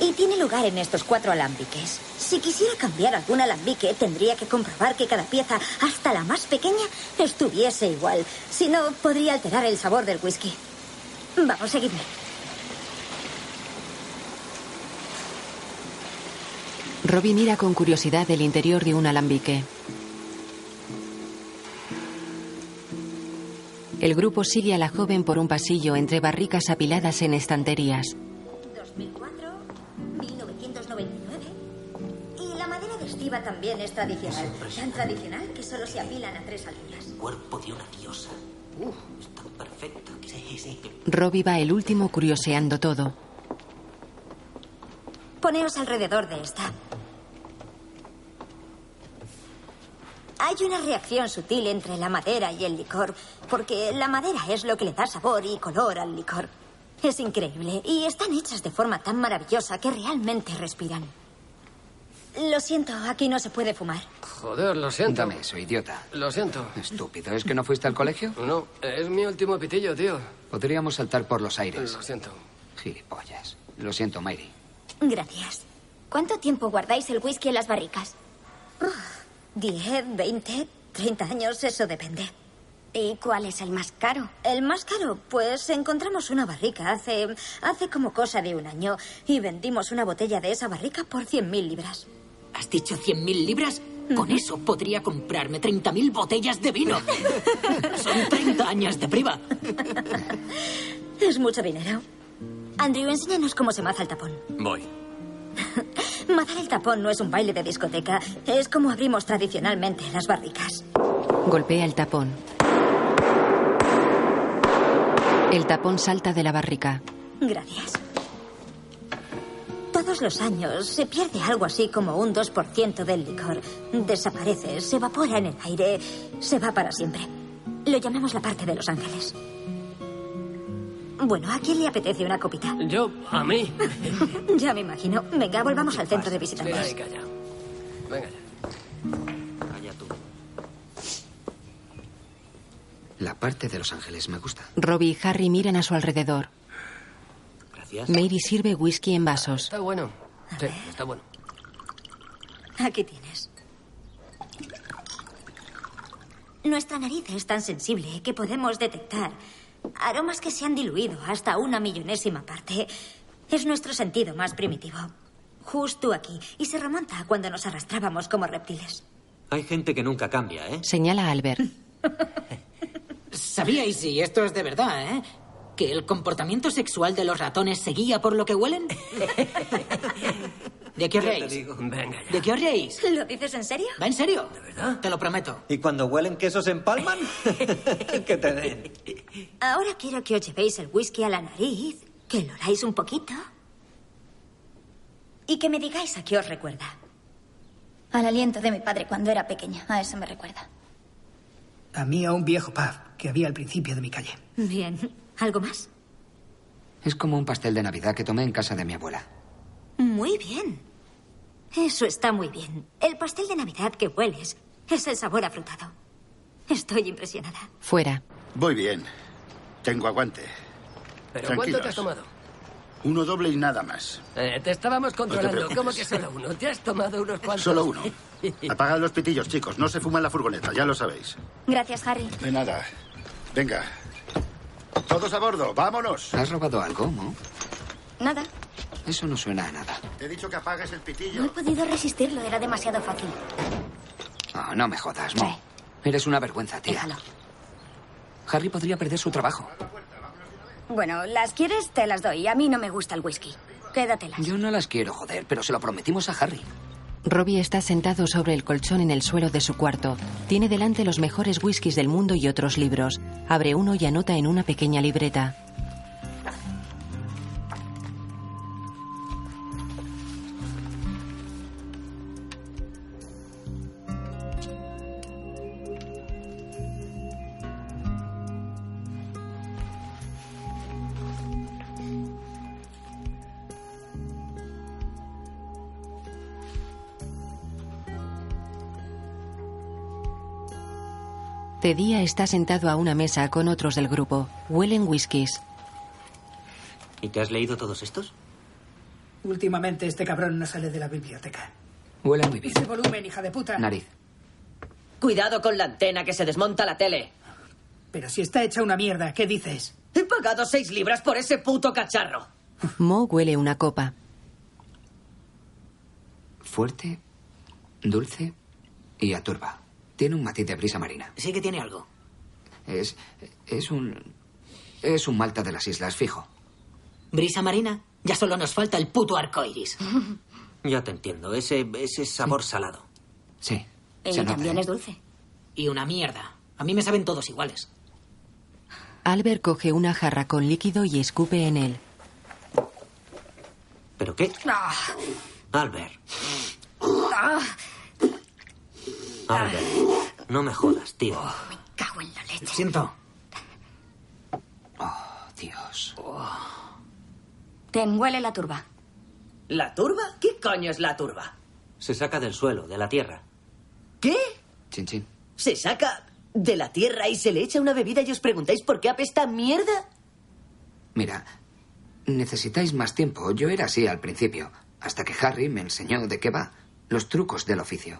Y tiene lugar en estos cuatro alambiques. Si quisiera cambiar algún alambique, tendría que comprobar que cada pieza, hasta la más pequeña, estuviese igual. Si no, podría alterar el sabor del whisky. Vamos, seguidme.
Robbie mira con curiosidad el interior de un alambique. El grupo sigue a la joven por un pasillo entre barricas apiladas en estanterías.
2004, 1999. Y la madera de estiva también es tradicional. Tan tradicional que solo se apilan a tres alturas.
Cuerpo de una diosa. es tan perfecto que sí,
Robbie va el último curioseando todo.
Poneos alrededor de esta. Hay una reacción sutil entre la madera y el licor, porque la madera es lo que le da sabor y color al licor. Es increíble, y están hechas de forma tan maravillosa que realmente respiran. Lo siento, aquí no se puede fumar.
Joder, lo siento.
Dame eso, idiota.
Lo siento.
Estúpido, ¿es que no fuiste al colegio?
No, es mi último pitillo, tío.
Podríamos saltar por los aires.
Lo siento.
Gilipollas. Lo siento, Mayri.
Gracias. ¿Cuánto tiempo guardáis el whisky en las barricas? Diez, veinte, treinta años, eso depende. ¿Y cuál es el más caro? El más caro, pues encontramos una barrica hace, hace como cosa de un año y vendimos una botella de esa barrica por cien mil libras.
¿Has dicho 100.000 libras? Con eso podría comprarme 30.000 botellas de vino. Son 30 años de priva.
Es mucho dinero. Andrew, enséñanos cómo se maza el tapón.
Voy.
Mazar el tapón no es un baile de discoteca, es como abrimos tradicionalmente las barricas.
Golpea el tapón. El tapón salta de la barrica.
Gracias. Todos los años se pierde algo así como un 2% del licor. Desaparece, se evapora en el aire, se va para siempre. Lo llamamos la parte de Los Ángeles. Bueno, ¿a quién le apetece una copita?
Yo, a mí.
ya me imagino. Venga, volvamos al centro de visitantes.
Sí, calla. Venga ya.
Allá tú. La parte de Los Ángeles me gusta.
Robbie y Harry miran a su alrededor.
Gracias.
Mary sirve whisky en vasos.
Está bueno. Sí, está bueno.
Aquí tienes. Nuestra nariz es tan sensible que podemos detectar aromas que se han diluido hasta una millonésima parte. Es nuestro sentido más primitivo. Justo aquí. Y se remonta a cuando nos arrastrábamos como reptiles.
Hay gente que nunca cambia, ¿eh?
Señala a Albert.
¿Sabíais, y esto es de verdad, ¿eh? que el comportamiento sexual de los ratones se guía por lo que huelen? ¿De qué os reís?
Venga
¿De qué os reís?
¿Lo dices en serio?
¿Va en serio? ¿De verdad? Te lo prometo.
¿Y cuando huelen quesos empalman? que te den.
Ahora quiero que os llevéis el whisky a la nariz, que lo oráis un poquito y que me digáis a qué os recuerda.
Al aliento de mi padre cuando era pequeña. A eso me recuerda.
A mí a un viejo pub que había al principio de mi calle.
Bien. ¿Algo más?
Es como un pastel de Navidad que tomé en casa de mi abuela.
Muy bien. Eso está muy bien. El pastel de Navidad que hueles es el sabor afrutado. Estoy impresionada.
Fuera.
Voy bien. Tengo aguante.
¿Pero
Tranquilos.
cuánto te has tomado?
Uno doble y nada más.
Eh, te estábamos controlando.
preocupes.
¿Cómo que solo uno? Te has tomado unos cuantos.
Solo uno. Apagad los pitillos, chicos. No se fuma en la furgoneta, ya lo sabéis.
Gracias, Harry.
De nada. Venga. Todos a bordo, vámonos.
¿Has robado algo, Mo?
Nada.
Eso no suena a nada.
Te he dicho que apagues el pitillo.
No he podido resistirlo, era demasiado fácil.
Ah, no me jodas, Mo. Eres una vergüenza, tía. Harry podría perder su trabajo.
Bueno, ¿las quieres? Te las doy. A mí no me gusta el whisky. Quédatela.
Yo no las quiero, joder, pero se lo prometimos a Harry.
Robbie está sentado sobre el colchón en el suelo de su cuarto. Tiene delante los mejores whiskies del mundo y otros libros. Abre uno y anota en una pequeña libreta. De día está sentado a una mesa con otros del grupo. Huelen whiskies.
¿Y te has leído todos estos?
Últimamente este cabrón no sale de la biblioteca.
Huele muy
Ese volumen, hija de puta.
Nariz.
Cuidado con la antena que se desmonta la tele.
Pero si está hecha una mierda, ¿qué dices?
He pagado seis libras por ese puto cacharro.
Mo huele una copa.
Fuerte, dulce y a turba. Tiene un matiz de brisa marina.
Sí que tiene algo.
Es. es un. es un malta de las islas, fijo.
Brisa marina, ya solo nos falta el puto arco iris.
Ya te entiendo, ese, ese sabor salado.
Sí.
Y también es dulce. ¿eh? Y una mierda. A mí me saben todos iguales.
Albert coge una jarra con líquido y escupe en él.
¿Pero qué?
Ah,
Albert, Albert, no me jodas, tío.
Oh.
Cago en la leche.
Siento.
Dios.
Te envuele la turba.
¿La turba? ¿Qué coño es la turba?
Se saca del suelo, de la tierra.
¿Qué?
Chin, chin.
¿Se saca de la tierra y se le echa una bebida y os preguntáis por qué apesta a mierda?
Mira, necesitáis más tiempo. Yo era así al principio, hasta que Harry me enseñó de qué va, los trucos del oficio.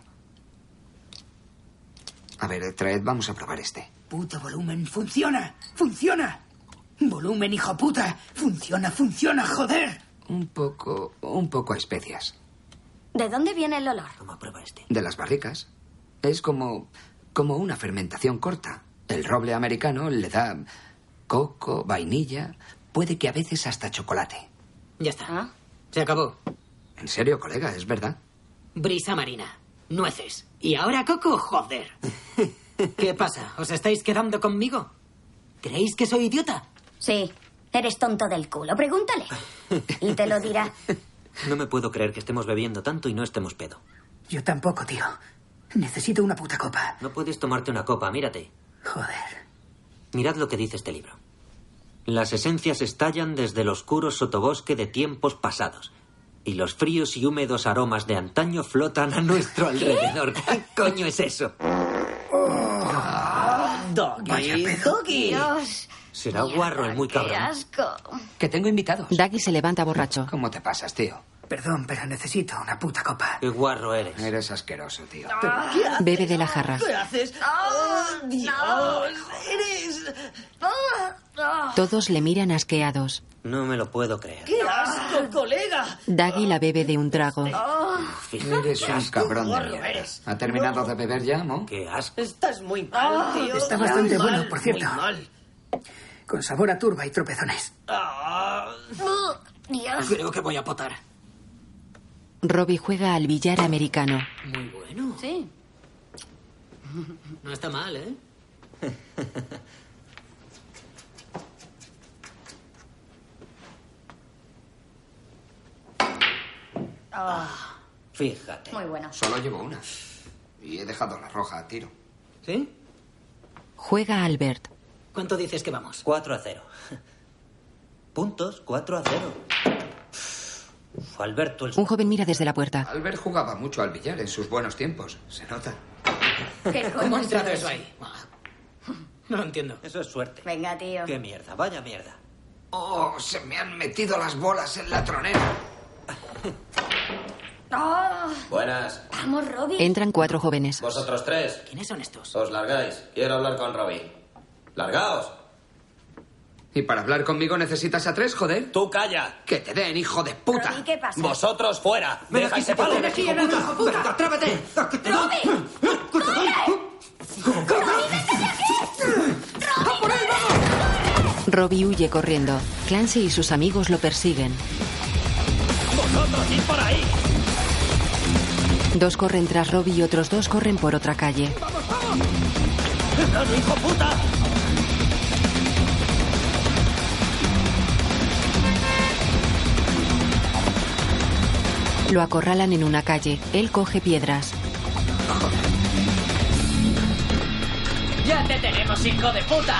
A ver, traed, vamos a probar este.
Puto volumen, funciona, funciona. Volumen, hijo puta, funciona, funciona, joder.
Un poco, un poco a especias.
¿De dónde viene el olor?
De las barricas. Es como, como una fermentación corta. El roble americano le da coco, vainilla, puede que a veces hasta chocolate.
Ya está.
Ah.
Se acabó. En serio, colega, es verdad.
Brisa marina, nueces. Y ahora coco, joder. ¿Qué pasa? ¿Os estáis quedando conmigo? ¿Creéis que soy idiota?
Sí, eres tonto del culo. Pregúntale. Y te lo dirá.
No me puedo creer que estemos bebiendo tanto y no estemos pedo.
Yo tampoco, tío. Necesito una puta copa.
No puedes tomarte una copa, mírate.
Joder.
Mirad lo que dice este libro. Las esencias estallan desde el oscuro sotobosque de tiempos pasados. Y los fríos y húmedos aromas de antaño flotan a nuestro alrededor. ¿Qué coño es eso?
Doggy, doggy.
Será guarro el muy cabrón.
asco.
Que tengo invitados.
Daggy se levanta borracho.
¿Cómo te pasas, tío?
Perdón, pero necesito una puta copa.
Qué guarro eres.
Eres asqueroso, tío.
Ah.
Bebe de la jarra.
¿Qué haces? ¡Oh, Dios! ¡Eres!
Todos le miran asqueados.
No me lo puedo creer.
¡Qué asco, colega! Oh.
Daggy la bebe de un trago.
Eres un cabrón de mierda. ¿Ha terminado de beber ya, Mo?
Qué asco.
Estás muy mal, tío.
Ah, Está bastante
Muy
bueno,
mal,
por cierto.
muy mal.
Con sabor a turba y tropezones.
Ah, Creo que voy a potar.
Robbie juega al billar americano.
Muy bueno. Sí. No está mal, ¿eh?
Fíjate.
Muy bueno.
Solo llevo una. Y he dejado la roja a tiro.
¿Sí?
Juega Albert.
¿Cuánto dices que vamos?
4 a 0. Puntos, 4 a 0. Uf, Alberto, el...
Un joven mira desde la puerta.
Albert jugaba mucho al billar en sus buenos tiempos. Se nota.
¿Cómo ha entrado eso ahí? Ah. No lo entiendo.
Eso es suerte.
Venga, tío.
Qué mierda, vaya mierda.
Oh, se me han metido las bolas en la tronera.
Ah,
Buenas.
Vamos, Robbie.
Entran cuatro jóvenes.
Vosotros tres.
¿Quiénes son estos?
Os largáis. Quiero hablar con Robin. ¡Largaos!
¿Y para hablar conmigo necesitas a tres, joder?
¡Tú calla!
¡Que te den, hijo de puta!
Robbie, ¿qué pasa?
¡Vosotros fuera!
Ven
¡Deja
aquí,
ese
ven
palo!
aquí, ven aquí, hijo puta.
¡Atrévete!
¡Robbie!
Robbie huye corriendo. Clancy y sus amigos lo persiguen.
¡Vosotros id por ahí!
Dos corren tras Robbie y otros dos corren por otra calle.
¡No, hijo puta!
Lo acorralan en una calle. Él coge piedras.
¡Ya te tenemos, hijo de puta!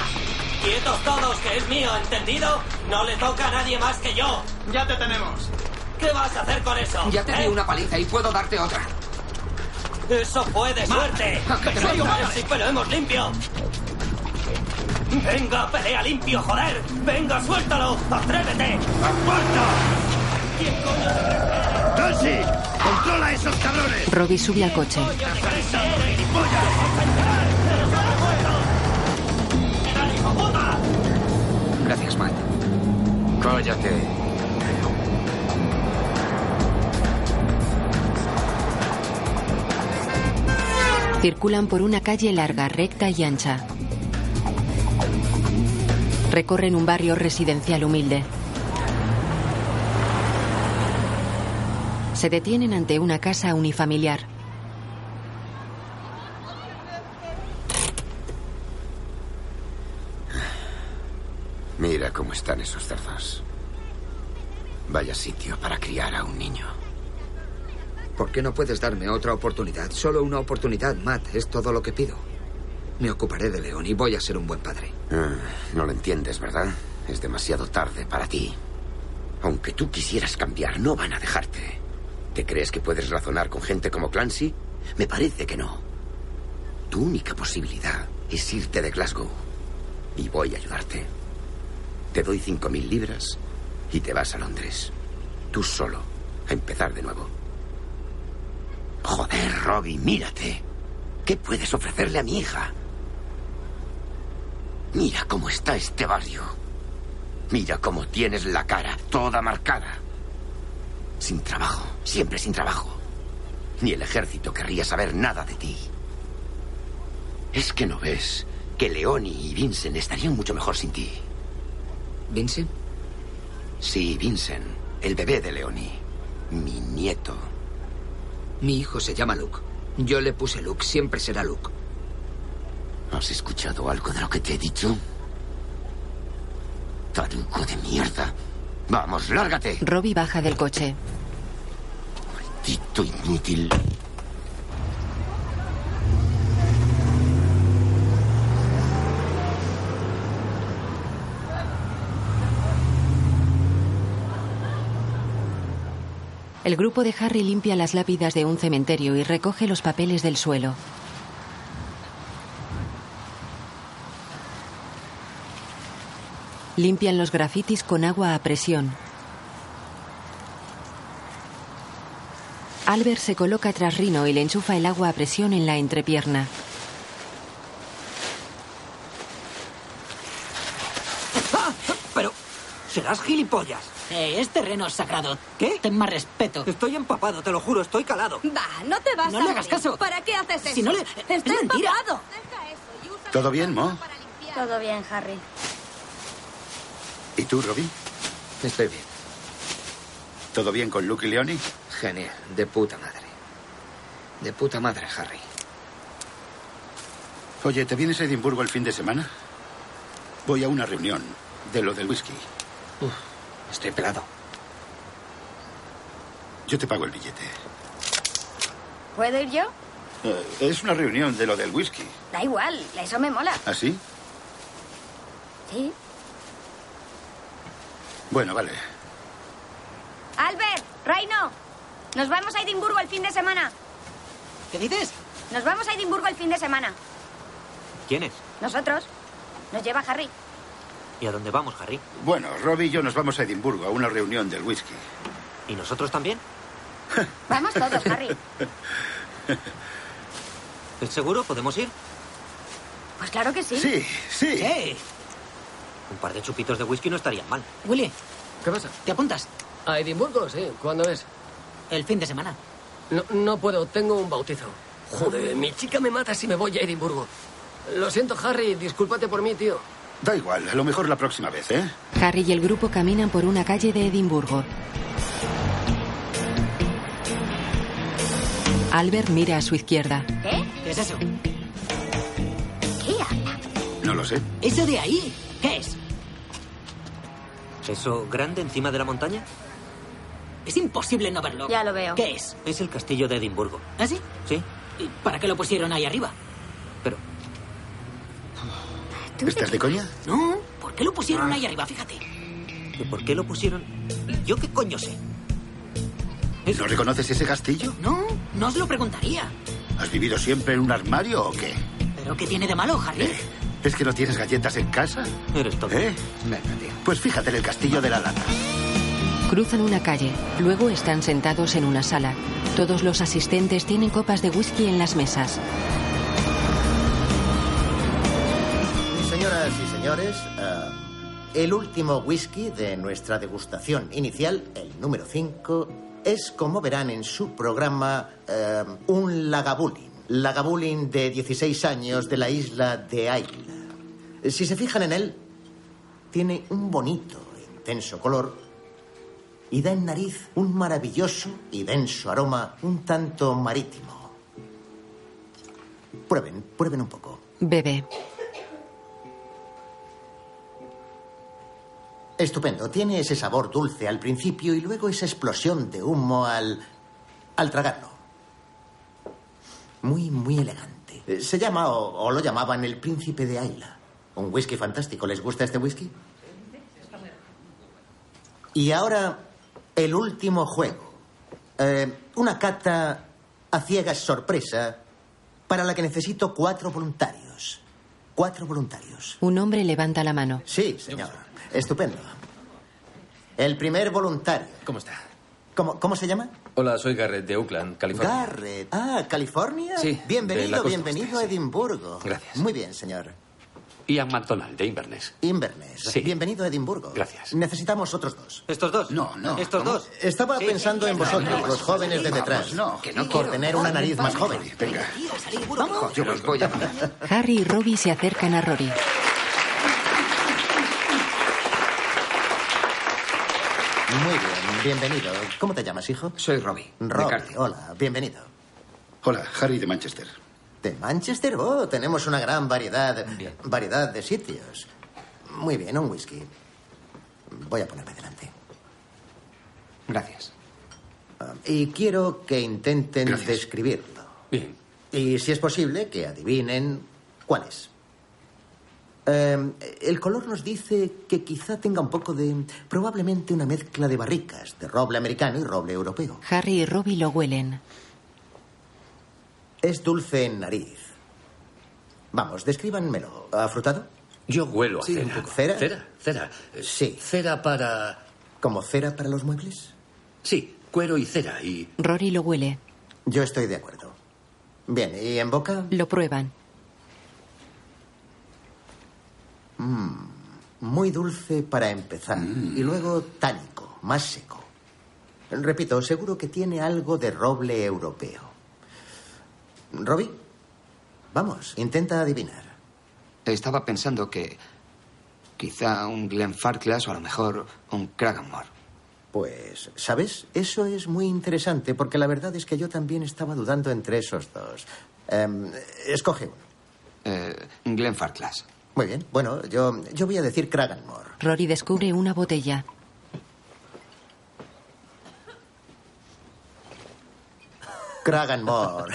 ¡Quietos todos, que es mío, ¿entendido? No le toca a nadie más que yo.
¡Ya te tenemos!
¿Qué vas a hacer con eso?
Ya te di
eh?
una paliza y puedo darte otra.
Eso fue de suerte.
te
Soy
mata,
humano, sí, pero hemos limpio. Venga, pelea limpio, joder. Venga, suéltalo. Atrévete. este?
¡Dolce! ¡Controla a esos cabrones!
Robbie sube al coche.
Gracias, Matt.
Cállate.
Circulan por una calle larga, recta y ancha. Recorren un barrio residencial humilde. Se detienen ante una casa unifamiliar.
Mira cómo están esos cerdos. Vaya sitio para criar a un niño.
¿Por qué no puedes darme otra oportunidad? Solo una oportunidad, Matt. Es todo lo que pido. Me ocuparé de León y voy a ser un buen padre.
Ah, no lo entiendes, ¿verdad? Es demasiado tarde para ti. Aunque tú quisieras cambiar, no van a dejarte. ¿Te crees que puedes razonar con gente como Clancy? Me parece que no. Tu única posibilidad es irte de Glasgow. Y voy a ayudarte. Te doy 5.000 libras y te vas a Londres. Tú solo. A empezar de nuevo. Joder, Robbie, mírate. ¿Qué puedes ofrecerle a mi hija? Mira cómo está este barrio. Mira cómo tienes la cara, toda marcada. Sin trabajo, siempre sin trabajo. Ni el ejército querría saber nada de ti. Es que no ves que Leoni y Vincent estarían mucho mejor sin ti.
¿Vincent?
Sí, Vincent, el bebé de Leoni. Mi nieto.
Mi hijo se llama Luke. Yo le puse Luke. Siempre será Luke.
¿Has escuchado algo de lo que te he dicho? Tarugo de mierda. Vamos, lárgate.
Robbie baja del coche.
Tito inútil.
El grupo de Harry limpia las lápidas de un cementerio y recoge los papeles del suelo. Limpian los grafitis con agua a presión. Albert se coloca tras Rino y le enchufa el agua a presión en la entrepierna.
Ah,
Pero, serás gilipollas.
Eh, es terreno sagrado. ¿Qué? Ten más respeto.
Estoy empapado, te lo juro, estoy calado.
Va, no te vas
No
a
le hagas
morir.
caso.
¿Para qué haces eso?
Si no le- es
¡Estás
mentira.
empapado!
¿Todo bien, Mo?
Todo bien, Harry.
¿Y tú, Robin?
Estoy bien.
¿Todo bien con Luke y Leoni?
Genial. De puta madre. De puta madre, Harry.
Oye, ¿te vienes a Edimburgo el fin de semana? Voy a una reunión de lo del whisky.
Estoy pelado.
Yo te pago el billete.
¿Puedo ir yo?
Eh, es una reunión de lo del whisky. ¿Ah,
Da igual, eso me mola.
¿Así?
Sí.
Bueno, vale.
Albert, Reino, nos vamos a Edimburgo el fin de semana.
¿Qué dices?
Nos vamos a Edimburgo el fin de semana.
¿Quién es?
Nosotros. Nos lleva Harry.
¿Y a dónde vamos, Harry?
Bueno, Robbie y yo nos vamos a Edimburgo a una reunión del whisky.
¿Y nosotros también?
Vamos todos, Harry.
¿Es seguro? ¿Podemos ir?
Pues claro que sí.
Sí, sí.
Un par de chupitos de whisky no estarían mal.
Willy,
¿Qué pasa?
¿te apuntas?
A Edimburgo, sí. ¿Cuándo es?
El fin de semana.
No, no puedo, tengo un bautizo. Joder, mi chica me mata si me voy a Edimburgo. Lo siento, Harry, discúlpate por mí, tío.
Da igual, a lo mejor la próxima vez, ¿eh?
Harry y el grupo caminan por una calle de Edimburgo. Albert mira a su izquierda.
¿Qué?
¿Qué es eso?
¿Qué habla?
No lo sé.
¿Eso de ahí? ¿Qué es?
¿Eso grande encima de la montaña?
Es imposible no verlo.
Ya lo veo.
¿Qué es?
Es el castillo de Edimburgo.
¿Ah, sí?
Sí,
¿Y ¿Para qué lo pusieron ahí arriba?
pero...
¿Estás de coña?
No, ¿por qué lo
Ah.
pusieron ahí arriba? Fíjate.
¿Y por qué lo pusieron? ¿Yo qué coño sé?
¿No reconoces ese castillo?
No, no os lo preguntaría.
¿Has vivido siempre en un armario o qué?
¿Pero qué tiene de malo, Harry?
¿Es que no tienes galletas en casa?
Eres tonto.
¿Eh? Pues fíjate en el castillo de la lana.
Cruzan una calle, luego están sentados en una sala. Todos los asistentes tienen copas de whisky en las mesas.
Señoras y señores, ah, el último whisky de nuestra degustación inicial, el número 5, es, como verán en su programa, eh, un lagavulin. Lagavulin de 16 años de la isla de Águila. Si se fijan en él, tiene un bonito, e intenso color y da en nariz un maravilloso y denso aroma un tanto marítimo. Prueben, prueben un poco.
Bebe.
Estupendo. Tiene ese sabor dulce al principio y luego esa explosión de humo al. al tragarlo. Muy, muy elegante. Eh, Se llama, o, o lo llamaban, el príncipe de Ayla. Un whisky fantástico. ¿Les gusta este whisky? Y ahora, el último juego. Eh, una cata a ciegas sorpresa para la que necesito cuatro voluntarios. Cuatro voluntarios.
Un hombre levanta la mano.
Sí, señor. Estupendo. El primer voluntario.
¿Cómo está?
¿Cómo, cómo se llama?
Hola, soy Garrett de Oakland, California.
Garrett. Ah, California.
Sí, de la
Bienvenido,
costa
bienvenido a Edimburgo. Gracias. Muy bien, señor.
Ian McDonald, de Inverness.
Inverness.
Sí.
Bienvenido a Edimburgo. Gracias. Necesitamos otros dos.
¿Estos dos? No,
no.
¿Estos dos?
Estaba
Sí.
pensando en
No,
vosotros,
no,
los jóvenes de
vamos,
detrás.
no, que no
por
quiero.
tener una nariz más joven.
Venga.
Vamos.
Yo los voy a matar.
Harry y Robbie se acercan a Rory.
Muy bien, bienvenido. ¿Cómo te llamas, hijo?
Soy Robbie.
Robbie, hola, bienvenido.
Hola, Harry de Manchester.
De Manchester, oh, tenemos una gran variedad, variedad de sitios. Muy bien, un whisky. Voy a ponerme delante.
Gracias.
Ah, Y quiero que intenten describirlo.
Bien.
Y si es posible, que adivinen cuál es. Eh, el color nos dice que quizá tenga un poco de... probablemente una mezcla de barricas, de roble americano y roble europeo.
Harry y Robbie lo huelen.
Es dulce en nariz. Vamos, descríbanmelo. ¿Afrutado?
Yo huelo a
Sí, un
cera.
poco. ¿Cera?
Cera, cera. Eh,
Sí.
Cera para...
¿Como cera para los muebles?
Sí, cuero y cera. Y
Rory lo huele.
Yo estoy de acuerdo. Bien, ¿y en boca?
Lo prueban.
Mm, muy dulce para empezar.
Mm.
Y luego tánico, más seco. Repito, seguro que tiene algo de roble europeo. Robbie, vamos, intenta adivinar.
Estaba pensando que quizá un Glenfarclas o a lo mejor un Cragganmore.
Pues, ¿sabes? Eso es muy interesante porque la verdad es que yo también estaba dudando entre esos dos. Em, escoge uno.
Eh, Glenfarclas.
Muy bien. Bueno, yo, yo voy a decir Cragganmore.
Rory descubre una botella.
Cragganmore.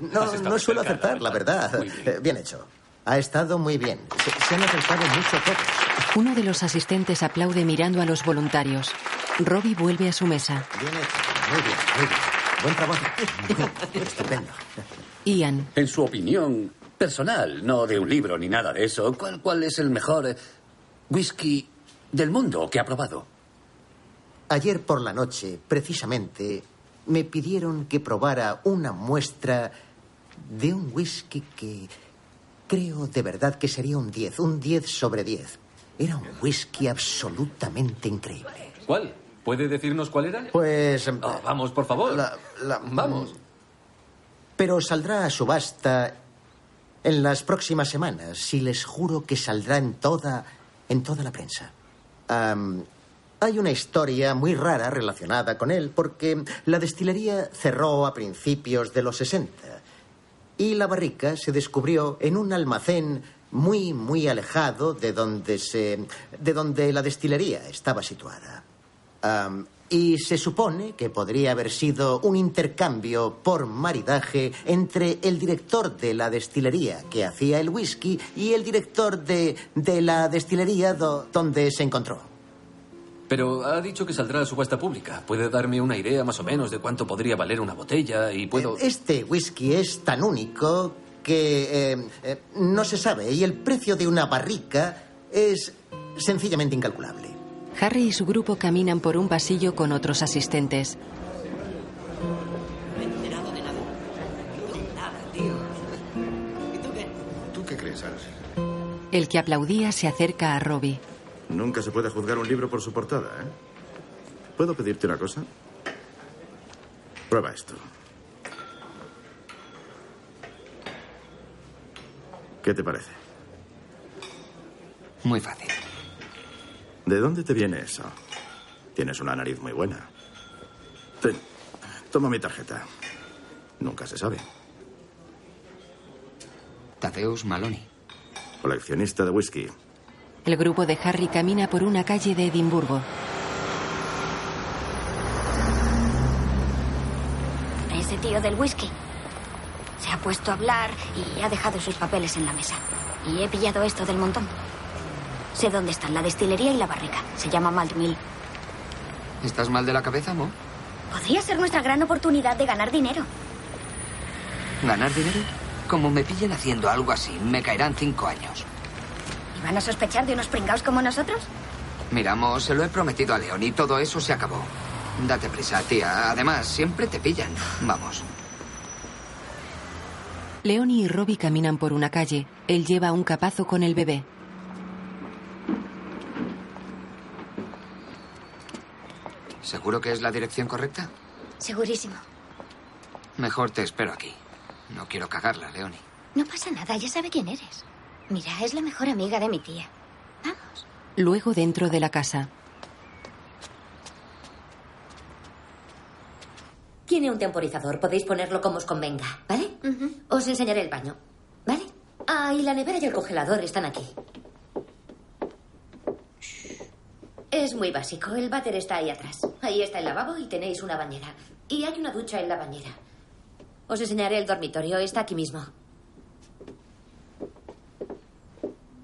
No, no suelo acertar, la verdad. Eh, Bien hecho. Ha estado muy bien. Se, se han acertado mucho todos.
Uno de los asistentes aplaude mirando a los voluntarios. Robbie vuelve a su mesa.
Bien hecho. Muy bien, muy bien. Buen trabajo. Estupendo.
Ian.
En su opinión personal, no de un libro ni nada de eso, ¿cuál, cuál es el mejor eh, whisky del mundo que ha probado.
Ayer por la noche, precisamente, me pidieron que probara una muestra de un whisky que creo de verdad que sería un 10, un 10 sobre 10. Era un whisky absolutamente increíble.
¿Cuál? ¿Puede decirnos cuál era?
Pues...
Oh, vamos, por favor. Vamos.
Mm. Pero saldrá a subasta en las próximas semanas y les juro que saldrá en toda, en toda la prensa. Am, hay una historia muy rara relacionada con él porque la destilería cerró a principios de los 60 y la barrica se descubrió en un almacén muy, muy alejado de donde, se, de donde la destilería estaba situada. Am, y se supone que podría haber sido un intercambio por maridaje entre el director de la destilería que hacía el whisky y el director de, de la destilería do- donde se encontró.
Pero ha dicho que saldrá a subasta pública. ¿Puede darme una idea más o menos de cuánto podría valer una botella? Y puedo...
Este whisky es tan único que eh, eh, no se sabe y el precio de una barrica es sencillamente incalculable.
Harry y su grupo caminan por un pasillo con otros asistentes.
¿Tú qué crees, Alex?
El que aplaudía se acerca a Robbie.
Nunca se puede juzgar un libro por su portada, ¿eh? ¿Puedo pedirte una cosa? Prueba esto. ¿Qué te parece?
Muy fácil.
¿De dónde te viene eso? Tienes una nariz muy buena. Ten, toma mi tarjeta. Nunca se sabe.
Tadeus Maloney.
Coleccionista de whisky.
El grupo de Harry camina por una calle de Edimburgo.
Ese tío del whisky. Se ha puesto a hablar y ha dejado sus papeles en la mesa. Y he pillado esto del montón. Sé dónde están la destilería y la barrica. Se llama Malt Mill.
¿Estás mal de la cabeza, Mo?
Podría ser nuestra gran oportunidad de ganar dinero.
¿Ganar dinero? Como me pillen haciendo algo así, me caerán cinco años.
¿Y van a sospechar de unos pringaos como nosotros?
Mira, Mo, se lo he prometido a León y todo eso se acabó. Date prisa, tía. Además, siempre te pillan. Vamos.
Leonie y Robbie caminan por una calle. Él lleva un capazo con el bebé.
¿Seguro que es la dirección correcta?
Segurísimo.
Mejor te espero aquí. No quiero cagarla, Leoni.
No pasa nada, ya sabe quién eres. Mira, es la mejor amiga de mi tía.
Luego dentro de la casa.
Tiene un temporizador, podéis ponerlo como os convenga, ¿vale? Os enseñaré el baño, ¿vale? Ah, y la nevera y el congelador están aquí. Es muy básico, el váter está ahí atrás. Ahí está el lavabo y tenéis una bañera. Y hay una ducha en la bañera. Os enseñaré el dormitorio, está aquí mismo.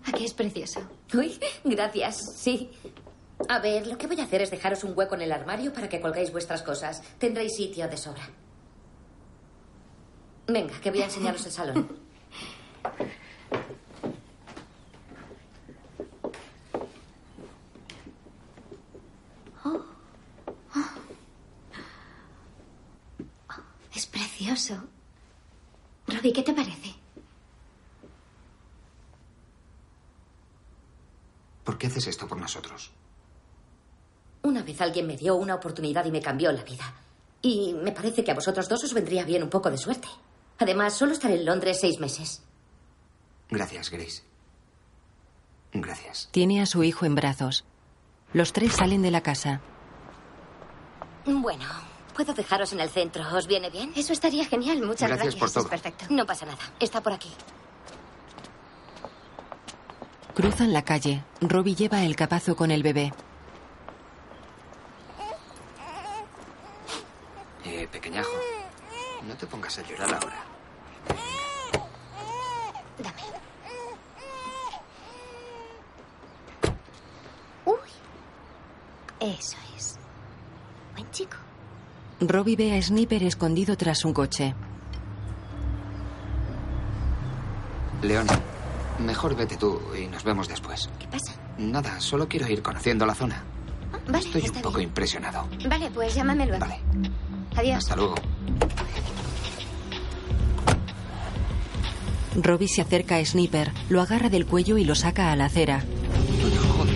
Aquí es precioso.
Uy, gracias, sí. A ver, lo que voy a hacer es dejaros un hueco en el armario para que colgáis vuestras cosas. Tendréis sitio de sobra. Venga, que voy a enseñaros el salón.
Es precioso. Robbie, ¿qué te parece?
¿Por qué haces esto por nosotros?
Una vez alguien me dio una oportunidad y me cambió la vida. Y me parece que a vosotros dos os vendría bien un poco de suerte. Además, solo estaré en Londres seis meses.
Gracias, Grace. Gracias.
Tiene a su hijo en brazos. Los tres salen de la casa.
Bueno, puedo dejaros en el centro. ¿Os viene bien? Eso estaría genial.
Muchas
Gracias
gracias.
por todo.
Es perfecto.
No pasa nada. Está por aquí.
Cruzan la calle. Robbie lleva el capazo con el bebé.
Eh, pequeñajo. No te pongas a llorar ahora.
Eso es. Buen chico.
Robbie ve a Sniper escondido tras un coche.
León, mejor vete tú y nos vemos después.
¿Qué pasa? Ah,
Nada, solo quiero ir conociendo la zona.
Vale,
Estoy
está
un poco
bien.
impresionado.
Vale, pues llámame luego. Adiós.
Hasta luego.
Robbie se acerca a Sniper, lo agarra del cuello y lo saca a la acera.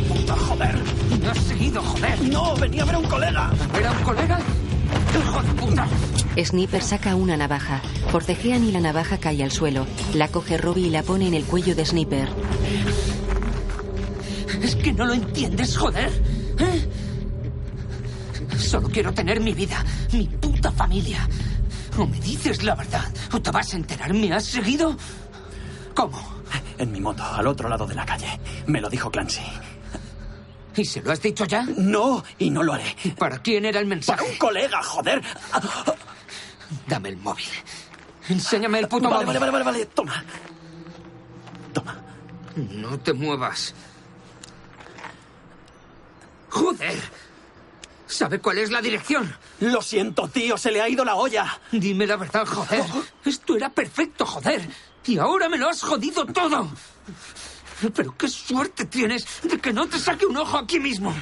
¡Puta, joder! ¡Me has seguido, joder! ¡No! ¡Venía a ver a un colega! ¿Era un colega? ¡Hijo de puta!
Sniper saca una navaja. Forcejean y la navaja cae al suelo. La coge Robbie y la pone en el cuello de Sniper.
Es que no lo entiendes, joder. ¿eh? Solo quiero tener mi vida, mi puta familia. O me dices la verdad, o te vas a enterar. ¿Me has seguido? ¿Cómo?
En mi moto, al otro lado de la calle. Me lo dijo Clancy.
¿Y se lo has dicho ya? No, y no lo haré. ¿Para quién era el mensaje? Para un colega, joder. Dame el móvil. Enséñame el puto
Vale,
móvil.
vale, vale, vale, vale. Toma.
No te muevas.
¡Joder! ¿Sabe cuál es la dirección? Lo siento, tío, se le ha ido la olla. Oh, Dime la verdad, joder. Esto era perfecto, joder. Y ahora me lo has jodido todo. Pero qué suerte tienes de que no te saque un ojo aquí mismo.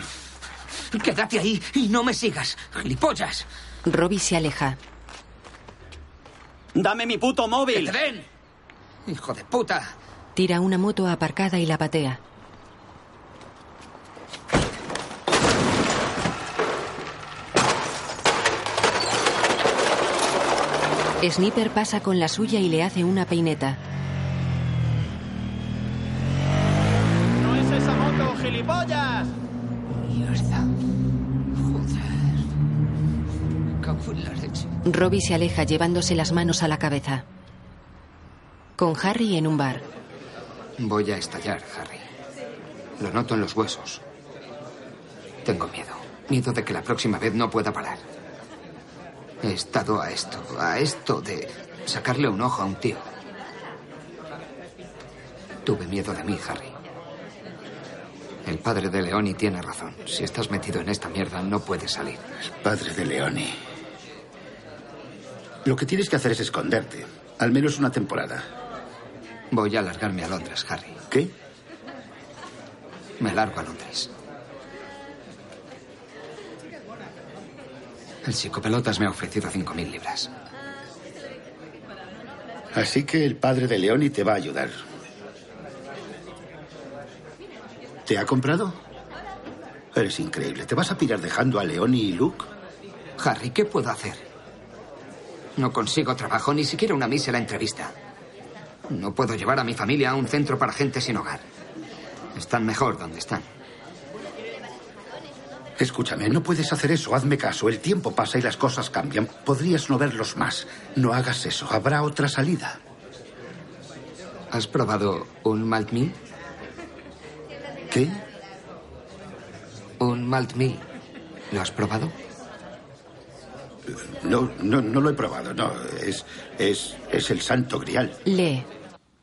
Quédate ahí y no me sigas, gilipollas.
Robbie se aleja.
Dame mi puto móvil.
¡Que te den! Hijo de puta.
Tira una moto aparcada y la patea. Sniper pasa con la suya y le hace una peineta.
¡No es esa moto, gilipollas!
Mierda. Joder. Me cago en la leche.
Robbie se aleja llevándose las manos a la cabeza. Con Harry en un bar.
Voy a estallar, Harry. Lo noto en los huesos. Tengo miedo. Miedo de que la próxima vez no pueda parar. He estado a esto, a esto de sacarle un ojo a un tío. Tuve miedo de mí, Harry. El padre de Leoni tiene razón. Si estás metido en esta mierda, no puedes salir.
Padre de Leoni. Lo que tienes que hacer es esconderte. Al menos una temporada.
Voy a largarme a Londres, Harry.
¿Qué?
Me largo a Londres. El psicopelotas me ha ofrecido 5.000 libras.
Así que el padre de Leoni te va a ayudar. ¿Te ha comprado? Eres increíble. ¿Te vas a pirar dejando a Leoni y Luke?
Harry, ¿qué puedo hacer? No consigo trabajo, ni siquiera una mísera entrevista. No puedo llevar a mi familia a un centro para gente sin hogar. Están mejor donde están.
Escúchame, no puedes hacer eso. Hazme caso. El tiempo pasa y las cosas cambian. Podrías no verlos más. No hagas eso. Habrá otra salida.
¿Has probado un malt meal?
¿Qué?
Un malt meal. ¿Lo has probado?
No, no, no lo he probado. No, es, es, es el santo grial.
Lee.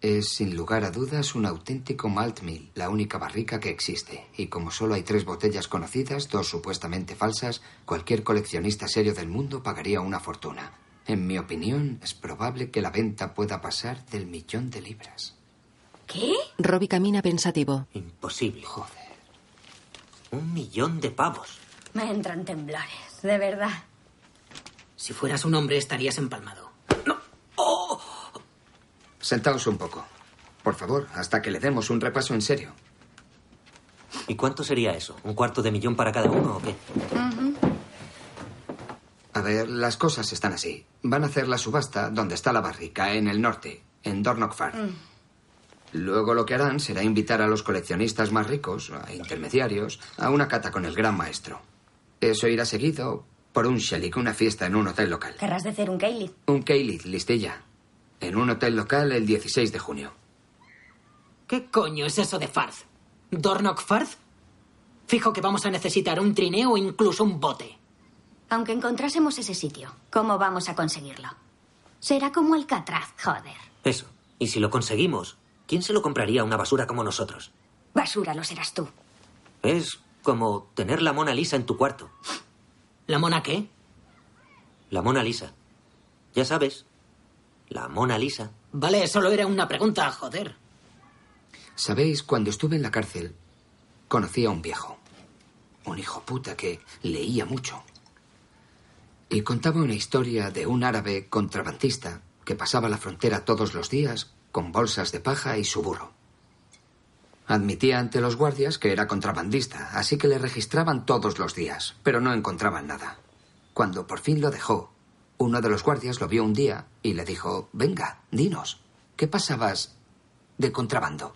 Es sin lugar a dudas un auténtico malt meal, la única barrica que existe. Y como solo hay tres botellas conocidas, dos supuestamente falsas, cualquier coleccionista serio del mundo pagaría una fortuna. En mi opinión, es probable que la venta pueda pasar del millón de libras.
¿Qué? Robbie camina pensativo.
Imposible.
Joder.
Un millón de pavos.
Me entran temblores, de verdad.
Si fueras un hombre estarías empalmado.
Sentaos un poco. Por favor, hasta que le demos un repaso en serio.
¿Y cuánto sería eso? ¿Un cuarto de millón para cada uno o qué?
A ver, las cosas están así. Van a hacer la subasta donde está la barrica, en el norte, en Dornock Farm. Luego lo que harán será invitar a los coleccionistas más ricos, a intermediarios, a una cata con el gran maestro. Eso irá seguido por un shelik, una fiesta en un hotel local.
Querrás decir un Kaylee.
Un Keylith, listilla. En un hotel local el 16 de junio.
¿Qué coño es eso de Farth? ¿Dornock Farth? Fijo que vamos a necesitar un trineo o incluso un bote.
Aunque encontrásemos ese sitio, ¿cómo vamos a conseguirlo? Será como Alcatraz, joder.
Eso. Y si lo conseguimos, ¿quién se lo compraría a una basura como nosotros?
Basura lo serás tú.
Es como tener la Mona Lisa en tu cuarto.
¿La Mona qué?
La Mona Lisa. Ya sabes. La Mona Lisa.
Vale, solo era una pregunta, joder.
¿Sabéis? Cuando estuve en la cárcel, Conocí a un viejo, un hijo puta que leía mucho. Y contaba una historia de un árabe contrabandista que pasaba la frontera todos los días con bolsas de paja y su burro. Admitía ante los guardias que era contrabandista, así que le registraban todos los días, pero no encontraban nada. Cuando por fin lo dejó, uno de los guardias lo vio un día y le dijo, venga, dinos, ¿qué pasabas de contrabando?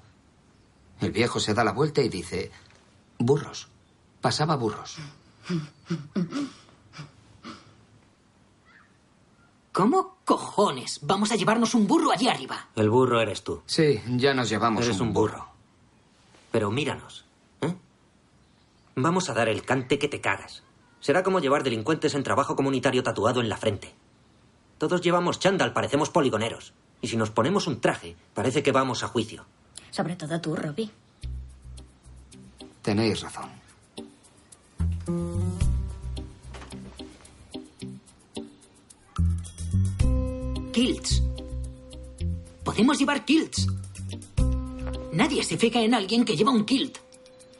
El viejo se da la vuelta y dice, burros, pasaba burros.
¿Cómo cojones? Vamos a llevarnos un burro allí arriba.
El burro eres tú.
Sí, ya nos llevamos
Eres
un
un burro. Pero míranos. ¿eh? Vamos a dar el cante que te cagas. Será como llevar delincuentes en trabajo comunitario tatuado en la frente. Todos llevamos chándal, parecemos poligoneros. Y si nos ponemos un traje, parece que vamos a juicio.
Sobre todo tú, Robbie.
Tenéis razón.
Kilts. Podemos llevar kilts. Nadie se fija en alguien que lleva un kilt.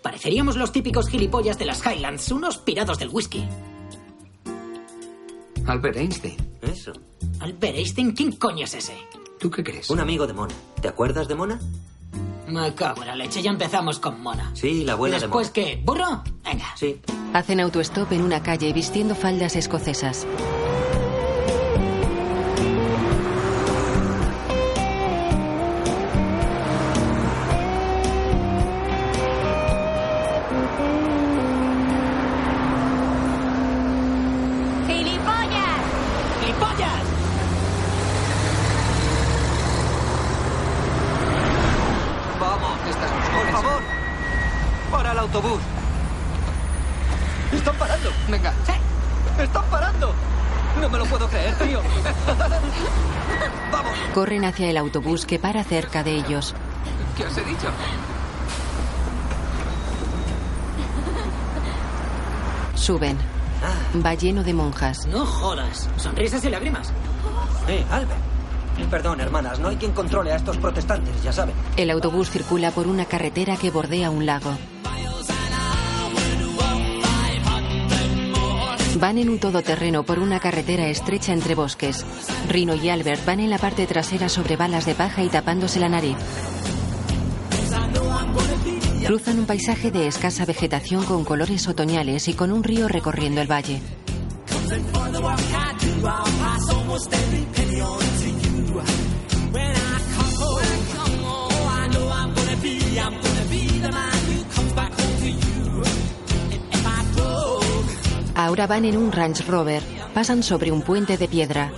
Pareceríamos los típicos gilipollas de las Highlands, unos pirados del whisky.
Albert Einstein.
Eso.
Albert Einstein, ¿quién coño es ese?
¿Tú qué crees?
Un amigo de Mona. ¿Te acuerdas de Mona?
Me cago en la leche, ya empezamos con Mona.
Sí, la abuela
Después
de
qué, burro, venga.
Sí.
Hacen autostop en una calle vistiendo faldas escocesas.
¡Gilipollas! ¡Gilipollas!
¡Vamos! ¡Por favor! ¡Para el autobús! ¡Están parando!
Venga.
¡Están parando! No me lo puedo creer, tío.
Corren hacia el autobús que para cerca de ellos.
¿Qué os he dicho?
Suben. Va lleno de monjas.
No jodas. Sonrisas y lágrimas.
Eh, Albert. Perdón, hermanas, no hay quien controle a estos protestantes, ya saben.
El autobús circula por una carretera que bordea un lago. Van en un todoterreno por una carretera estrecha entre bosques. Rino y Albert van en la parte trasera sobre balas de paja y tapándose la nariz. Cruzan un paisaje de escasa vegetación con colores otoñales y con un río recorriendo el valle. Ahora van en un Range Rover. Pasan sobre un puente de piedra.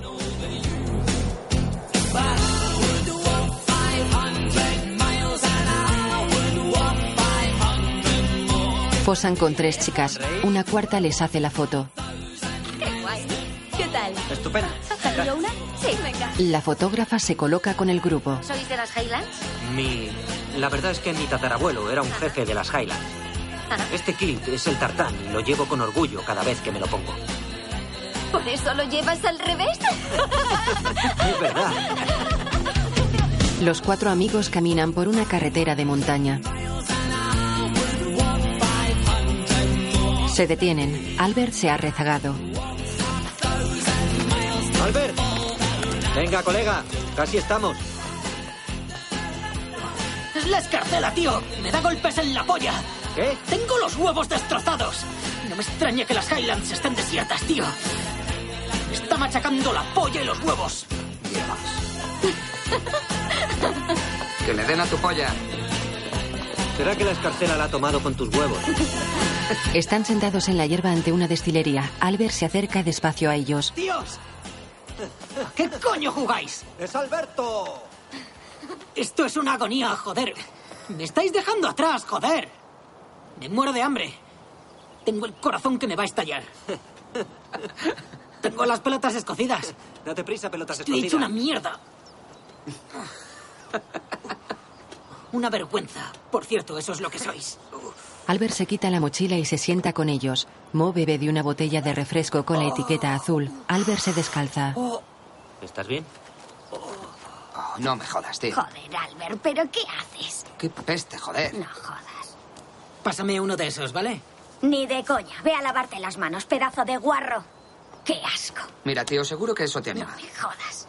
Posan con tres chicas. Una cuarta les hace la foto.
Qué guay. ¿Qué tal?
Estupendo.
¿Has yo una? Sí. Venga.
La fotógrafa se coloca con el grupo.
¿Sois de las Highlands?
Mi. La verdad es que mi tatarabuelo era un jefe de las Highlands. Este kilt es el tartán y lo llevo con orgullo cada vez que me lo pongo.
¿Por eso lo llevas al revés?
Es verdad.
Los cuatro amigos caminan por una carretera de montaña. Se detienen. Albert se ha rezagado.
Albert. Venga, colega. Casi estamos.
¡Es la escarcela, tío! ¡Me da golpes en la polla!
¿Qué?
¡Tengo los huevos destrozados! No me extraña que las Highlands estén desiertas, tío. Está machacando la polla y los huevos.
Que le den a tu polla.
¿Será que la escarcela la ha tomado con tus huevos?
Están sentados en la hierba ante una destilería. Albert se acerca despacio a ellos.
¡Dios! ¿A ¿Qué coño jugáis? ¡Es Alberto! Esto es una agonía, joder. Me estáis dejando atrás, joder. Me muero de hambre. Tengo el corazón que me va a estallar. Tengo las pelotas escocidas.
Date prisa, pelotas
Estoy hecho una
escondidas.
mierda. Una vergüenza. Por cierto, eso es lo que sois.
Albert se quita la mochila y se sienta con ellos. Mo bebe de una botella de refresco con la etiqueta azul. Albert se descalza.
¿Estás bien?
Oh, no me jodas, tío.
Joder, Albert, ¿pero qué haces?
Qué peste, joder.
No jodas.
Pásame uno de esos, ¿vale?
Ni de coña. Ve a lavarte las manos, pedazo de guarro. ¡Qué asco!
Mira, tío, seguro que eso te anima.
Me jodas.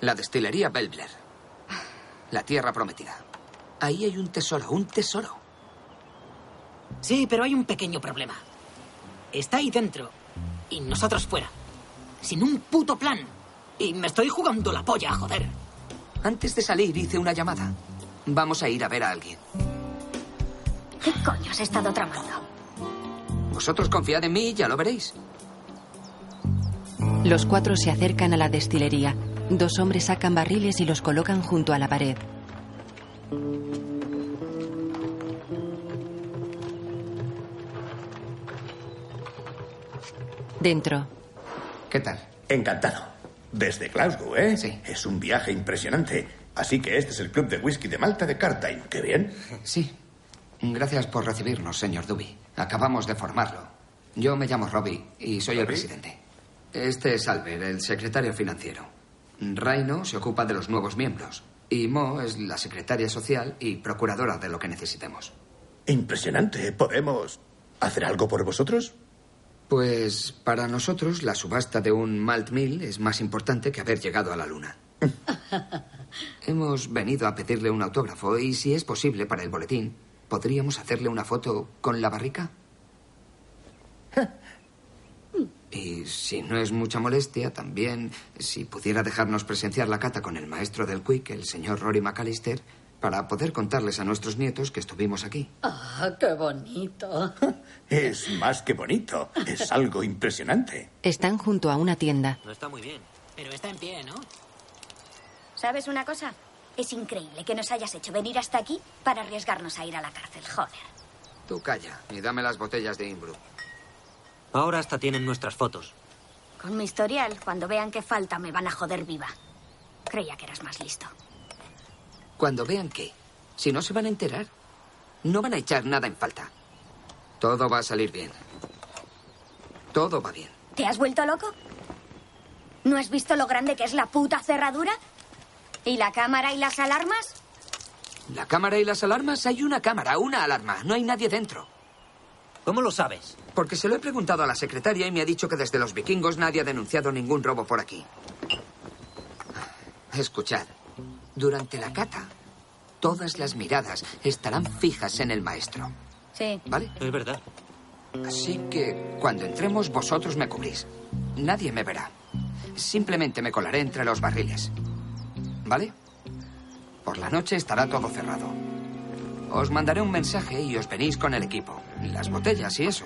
La destilería Belbler. La tierra prometida. Ahí hay un tesoro, un tesoro.
Sí, pero hay un pequeño problema. Está ahí dentro y nosotros fuera. Sin un puto plan. Y me estoy jugando la polla, joder.
Antes de salir hice una llamada. Vamos a ir a ver a alguien.
¿Qué coño has estado tramando?
Vosotros confiad en mí y ya lo veréis.
Los cuatro se acercan a la destilería. Dos hombres sacan barriles y los colocan junto a la pared. Dentro.
¿Qué tal?
Encantado. Desde Glasgow, ¿eh? Sí. Es un viaje impresionante. Así que este es el club de whisky de Malta de Cartagena. Qué bien.
Sí. Gracias por recibirnos, señor Duby. Acabamos de formarlo. Yo me llamo Robbie y soy el
¿Robbie?
presidente. Este es Albert, el secretario financiero. Reino se ocupa de los nuevos miembros. Y Mo es la secretaria social y procuradora de lo que necesitemos.
Impresionante. ¿eh? ¿Podemos hacer algo por vosotros?
Pues para nosotros la subasta de un malt mill es más importante que haber llegado a la luna. Hemos venido a pedirle un autógrafo y si es posible para el boletín, ¿podríamos hacerle una foto con la barrica? Y si no es mucha molestia, también si pudiera dejarnos presenciar la cata con el maestro del Quick, el señor Rory McAllister, para poder contarles a nuestros nietos que estuvimos aquí.
Ah, qué bonito.
Es más que bonito. Es algo impresionante.
Están junto a una tienda.
No está muy bien. Pero está en pie, ¿no?
¿Sabes una cosa? Es increíble que nos hayas hecho venir hasta aquí para arriesgarnos a ir a la cárcel, joder.
Tú calla y dame las botellas de Imbru.
Ahora hasta tienen nuestras fotos.
Con mi historial, cuando vean que falta, me van a joder viva. Creía que eras más listo.
Cuando vean que, si no se van a enterar, no van a echar nada en falta. Todo va a salir bien. Todo va bien.
¿Te has vuelto loco? ¿No has visto lo grande que es la puta cerradura? ¿Y la cámara y las alarmas?
La cámara y las alarmas, hay una cámara, una alarma, no hay nadie dentro.
¿Cómo lo sabes?
Porque se lo he preguntado a la secretaria y me ha dicho que desde los vikingos nadie ha denunciado ningún robo por aquí. Escuchad, durante la cata, todas las miradas estarán fijas en el maestro.
Sí.
¿Vale?
Es verdad.
Así que cuando entremos vosotros me cubrís. Nadie me verá. Simplemente me colaré entre los barriles. ¿Vale? Por la noche estará todo cerrado. Os mandaré un mensaje y os venís con el equipo. Las botellas y eso.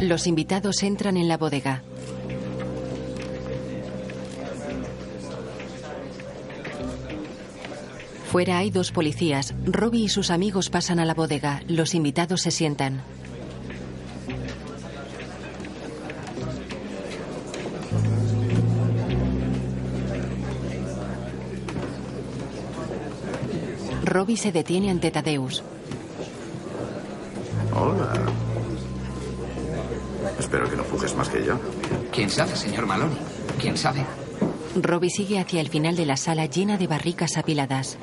Los invitados entran en la bodega. Fuera hay dos policías. Robbie y sus amigos pasan a la bodega. Los invitados se sientan. Robbie se detiene ante Tadeus.
Hola. Espero que no fujes más que yo.
¿Quién sabe, señor Maloney? ¿Quién sabe?
Robbie sigue hacia el final de la sala llena de barricas apiladas.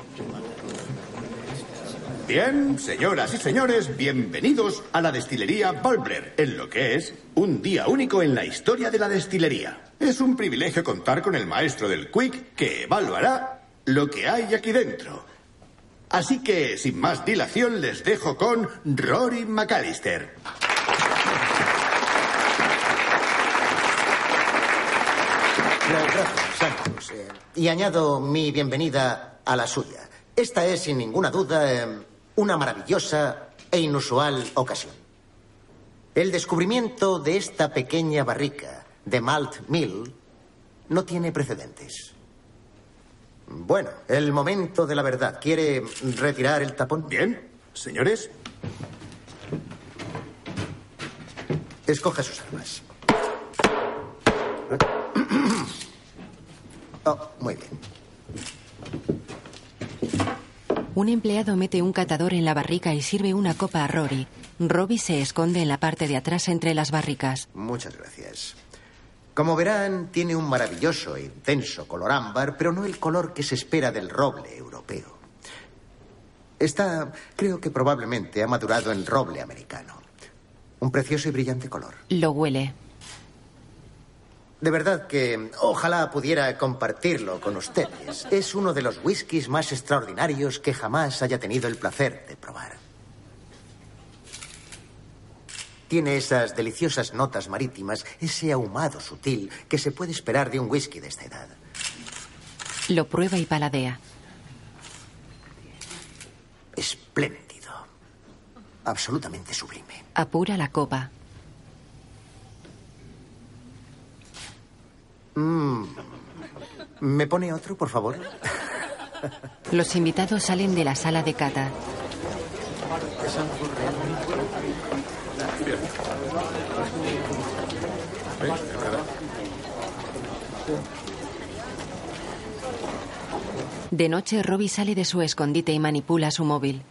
Bien, señoras y señores, bienvenidos a la destilería Balbler, en lo que es un día único en la historia de la destilería. Es un privilegio contar con el maestro del Quick que evaluará lo que hay aquí dentro. Así que, sin más dilación, les dejo con Rory McAllister.
Eh, Y añado mi bienvenida a la suya. Esta es, sin ninguna duda, eh, una maravillosa e inusual ocasión. El descubrimiento de esta pequeña barrica de Malt Mill no tiene precedentes. Bueno, el momento de la verdad. ¿Quiere retirar el tapón?
Bien, señores.
Escoja sus armas. Oh, muy bien.
Un empleado mete un catador en la barrica y sirve una copa a Rory. Robbie se esconde en la parte de atrás entre las barricas.
Muchas gracias. Como verán, tiene un maravilloso e intenso color ámbar, pero no el color que se espera del roble europeo. Está, creo que probablemente ha madurado en roble americano. Un precioso y brillante color.
Lo huele.
De verdad que ojalá pudiera compartirlo con ustedes. Es uno de los whiskies más extraordinarios que jamás haya tenido el placer de probar. Tiene esas deliciosas notas marítimas, ese ahumado sutil que se puede esperar de un whisky de esta edad.
Lo prueba y paladea.
Espléndido. Absolutamente sublime.
Apura la copa.
Mm. ¿Me pone otro, por favor?
Los invitados salen de la sala de cata. De noche, Robbie sale de su escondite y manipula su móvil.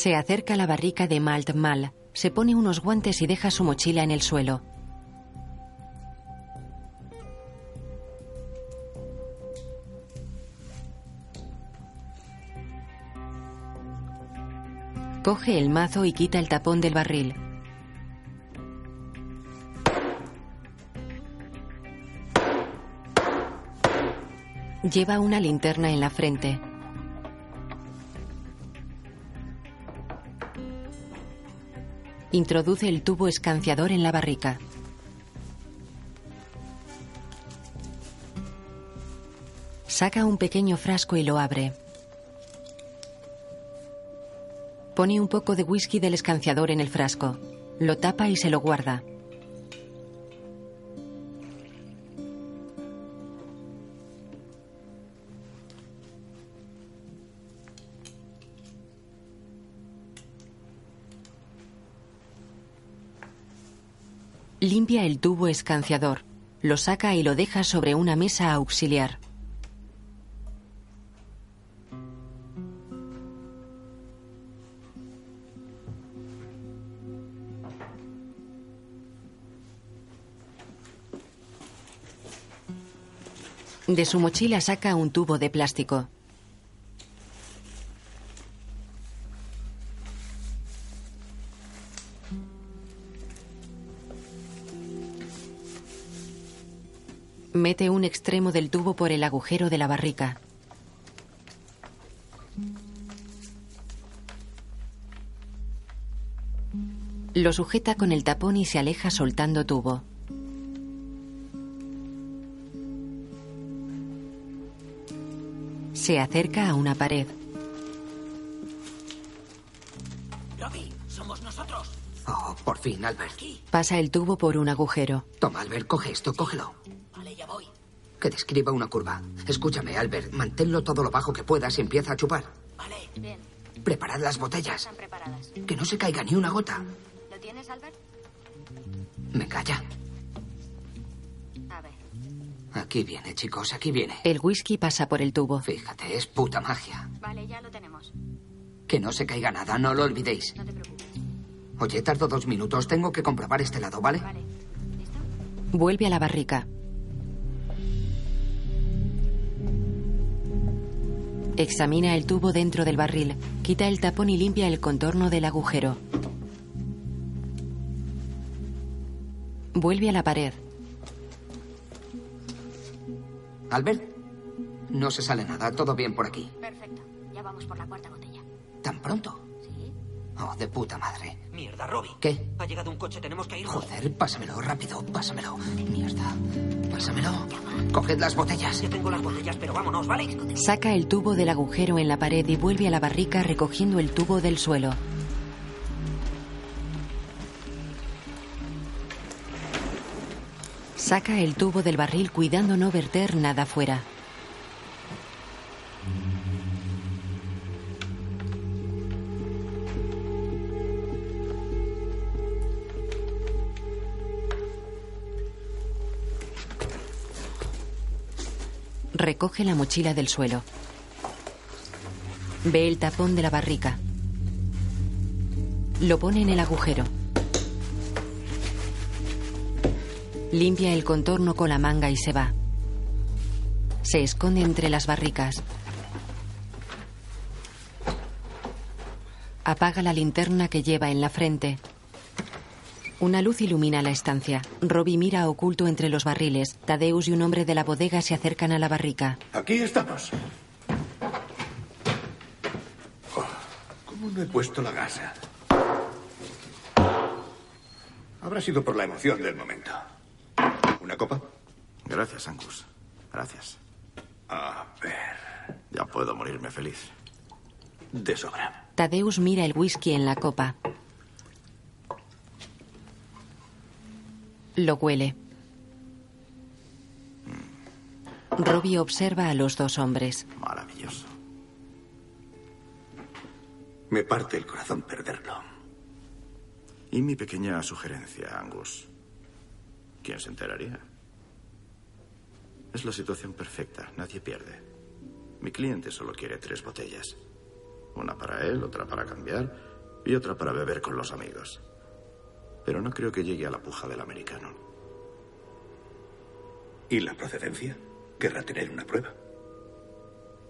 Se acerca a la barrica de Malt Mal, se pone unos guantes y deja su mochila en el suelo. Coge el mazo y quita el tapón del barril. Lleva una linterna en la frente. Introduce el tubo escanciador en la barrica. Saca un pequeño frasco y lo abre. Pone un poco de whisky del escanciador en el frasco. Lo tapa y se lo guarda. Limpia el tubo escanciador. Lo saca y lo deja sobre una mesa auxiliar. De su mochila saca un tubo de plástico. Mete un extremo del tubo por el agujero de la barrica. Lo sujeta con el tapón y se aleja soltando tubo. Se acerca a una pared.
Robbie, somos nosotros.
Oh, por fin, Albert.
Pasa el tubo por un agujero.
Toma, Albert, coge esto, cógelo.
Vale, ya voy.
Que describa una curva. Escúchame, Albert, manténlo todo lo bajo que puedas y empieza a chupar.
Vale.
Bien,
Preparad las botellas.
están preparadas.
Que no se caiga ni una gota.
¿Lo tienes, Albert?
Me calla.
A ver.
Aquí viene, chicos, aquí viene.
El whisky pasa por el tubo.
Fíjate, es puta magia.
Vale, ya lo tenemos.
Que no se caiga nada, no lo olvidéis.
No te preocupes.
Oye, tardo dos minutos, tengo que comprobar este lado, ¿vale?
Vuelve a la barrica. Examina el tubo dentro del barril, quita el tapón y limpia el contorno del agujero. Vuelve a la pared.
Albert, no se sale nada, todo bien por aquí.
Perfecto. Ya vamos por la cuarta botella.
¿Tan pronto? Oh, de puta madre.
Mierda, Robbie.
¿Qué?
Ha llegado un coche, tenemos que ir.
Joder, pásamelo rápido, pásamelo. Mierda, pásamelo. Coged las botellas.
Ya tengo las botellas, pero vámonos, ¿vale?
Saca el tubo del agujero en la pared y vuelve a la barrica recogiendo el tubo del suelo. Saca el tubo del barril cuidando no verter nada fuera. Recoge la mochila del suelo. Ve el tapón de la barrica. Lo pone en el agujero. Limpia el contorno con la manga y se va. Se esconde entre las barricas. Apaga la linterna que lleva en la frente. Una luz ilumina la estancia. Robbie mira oculto entre los barriles. Tadeus y un hombre de la bodega se acercan a la barrica.
Aquí estamos. Oh, ¿Cómo no he puesto la gasa? Habrá sido por la emoción del momento. ¿Una copa?
Gracias, Angus. Gracias.
A ver.
Ya puedo morirme feliz.
De sobra.
Tadeus mira el whisky en la copa. Lo huele. Robbie observa a los dos hombres.
Maravilloso.
Me parte el corazón perderlo.
Y mi pequeña sugerencia, Angus. ¿Quién se enteraría? Es la situación perfecta. Nadie pierde. Mi cliente solo quiere tres botellas. Una para él, otra para cambiar y otra para beber con los amigos. Pero no creo que llegue a la puja del americano.
¿Y la procedencia? Querrá tener una prueba.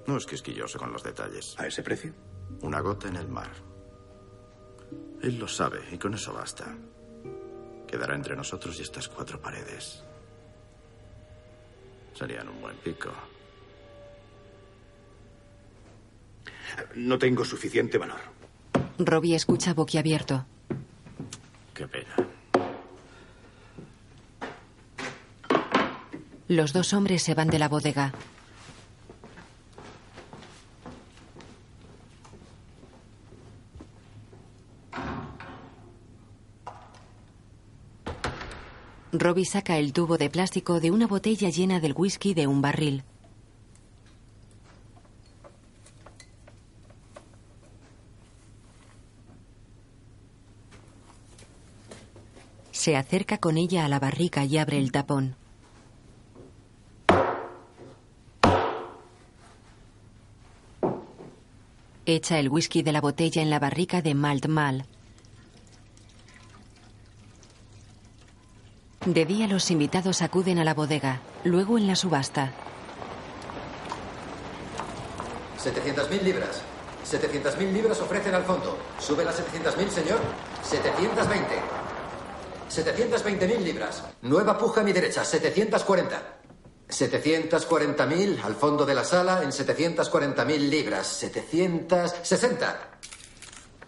No es quisquilloso con los detalles.
¿A ese precio?
Una gota en el mar. Él lo sabe y con eso basta. Quedará entre nosotros y estas cuatro paredes. Serían un buen pico.
No tengo suficiente valor.
Robbie escucha boquiabierto.
Qué pena.
Los dos hombres se van de la bodega. Robbie saca el tubo de plástico de una botella llena del whisky de un barril. Se acerca con ella a la barrica y abre el tapón. Echa el whisky de la botella en la barrica de Malt Mal. De día los invitados acuden a la bodega, luego en la subasta.
700.000 libras. 700.000 libras ofrecen al fondo. Sube las 700.000, señor. 720. 720.000 libras. Nueva puja a mi derecha. 740. 740.000 al fondo de la sala en 740.000 libras. 760.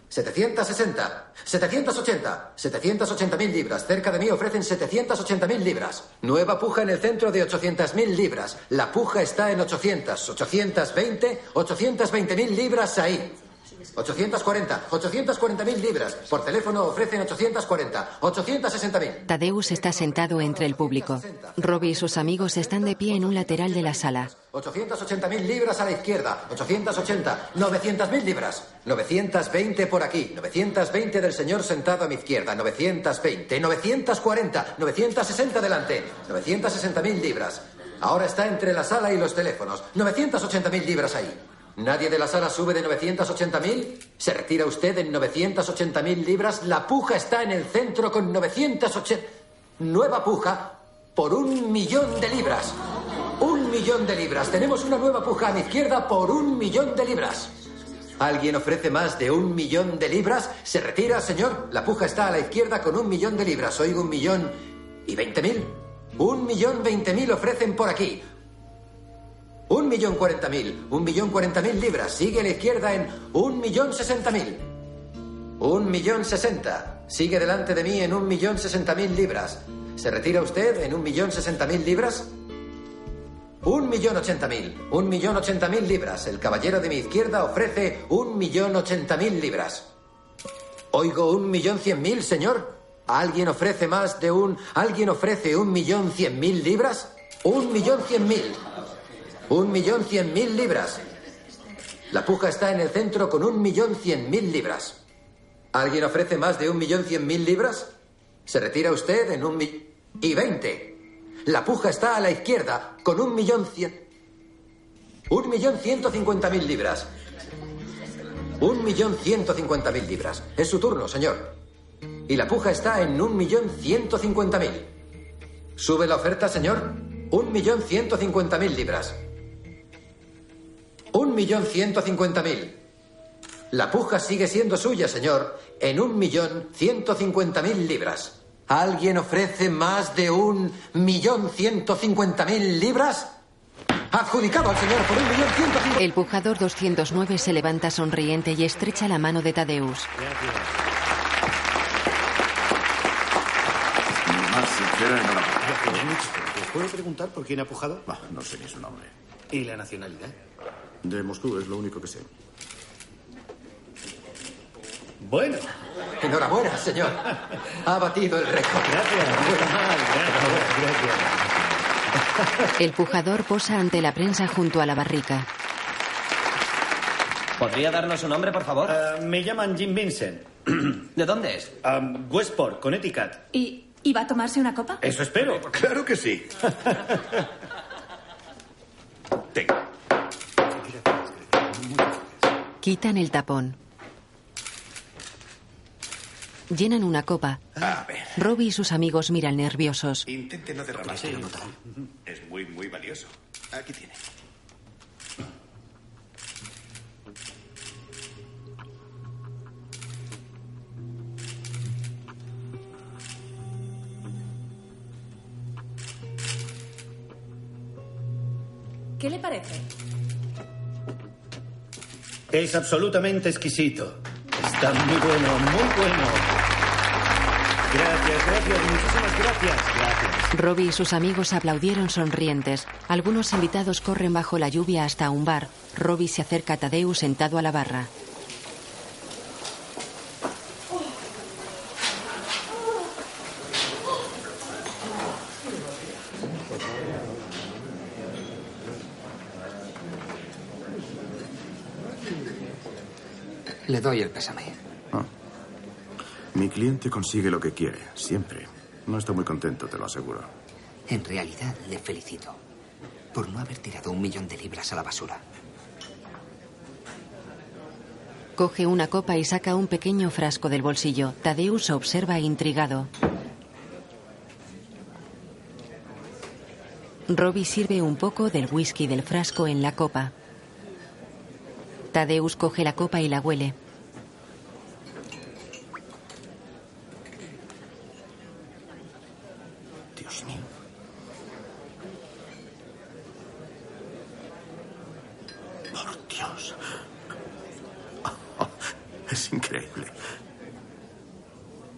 760, 780, 780.000 libras. Cerca de mí ofrecen 780.000 libras. Nueva puja en el centro de 800.000 libras. La puja está en 800, 820, 820.000 libras ahí. 840, 840.000 libras. Por teléfono ofrecen 840, 860.000.
Tadeus está sentado entre el público. Robbie y sus amigos están de pie en un lateral de la sala.
880.000 libras a la izquierda, 880, 900.000 libras, 920 por aquí, 920 del señor sentado a mi izquierda, 920, 940, 960 delante, 960.000 libras. Ahora está entre la sala y los teléfonos, 980.000 libras ahí. Nadie de la sala sube de 980.000, se retira usted en 980.000 libras, la puja está en el centro con 980... Nueva puja por un millón de libras. Un millón de libras. Tenemos una nueva puja a mi izquierda por un millón de libras. ¿Alguien ofrece más de un millón de libras? ¿Se retira, señor? La puja está a la izquierda con un millón de libras. Oigo un millón y veinte mil. Un millón veinte mil ofrecen por aquí. Un millón cuarenta mil. Un millón cuarenta mil libras. Sigue a la izquierda en un millón sesenta mil. Un millón sesenta. Sigue delante de mí en un millón sesenta mil libras. ¿Se retira usted en un millón sesenta mil libras? Un millón ochenta mil. Un millón ochenta mil libras. El caballero de mi izquierda ofrece un millón ochenta mil libras. Oigo un millón cien mil, señor. ¿Alguien ofrece más de un... ¿Alguien ofrece un millón cien mil libras? Un millón cien mil. Un millón cien mil libras. La puja está en el centro con un millón cien mil libras. ¿Alguien ofrece más de un millón cien mil libras? Se retira usted en un millón y veinte. La puja está a la izquierda con un millón cien. Un millón ciento cincuenta mil libras. Un millón ciento cincuenta mil libras. Es su turno, señor. Y la puja está en un millón ciento cincuenta mil. ¿Sube la oferta, señor? Un millón ciento cincuenta mil libras. Un millón ciento cincuenta mil. La puja sigue siendo suya, señor, en un millón ciento cincuenta mil libras. ¿Alguien ofrece más de un millón ciento cincuenta mil libras? Adjudicado al señor por un millón ciento cincuenta
El pujador 209 se levanta sonriente y estrecha la mano de Tadeus.
Mi más sincera enhorabuena.
¿Les puedo preguntar por quién ha pujado?
Bah, no sé ni su nombre.
¿Y la nacionalidad?
De Moscú es lo único que sé.
Bueno.
Enhorabuena, señor. Ha batido el récord. Gracias.
El pujador posa ante la prensa junto a la barrica.
¿Podría darnos su nombre, por favor?
Eh, me llaman Jim Vincent.
¿De dónde es?
Westport, Connecticut.
¿Y, ¿Y va a tomarse una copa?
Eso espero.
Claro que sí.
Quitan el tapón. Llenan una copa.
A ver.
Robbie y sus amigos miran nerviosos.
Intente no derramarse. Es muy, muy valioso. Aquí tiene.
¿Qué le parece?
Es absolutamente exquisito. Está muy bueno, muy bueno. Gracias, gracias, muchísimas gracias. Gracias.
Robbie y sus amigos aplaudieron sonrientes. Algunos invitados corren bajo la lluvia hasta un bar. Robbie se acerca a Tadeu sentado a la barra.
Le doy el pésame.
Mi cliente consigue lo que quiere, siempre. No está muy contento, te lo aseguro.
En realidad, le felicito por no haber tirado un millón de libras a la basura.
Coge una copa y saca un pequeño frasco del bolsillo. Tadeus observa intrigado. Robbie sirve un poco del whisky del frasco en la copa. Tadeus coge la copa y la huele.
Dios mío. Por Dios. Es increíble.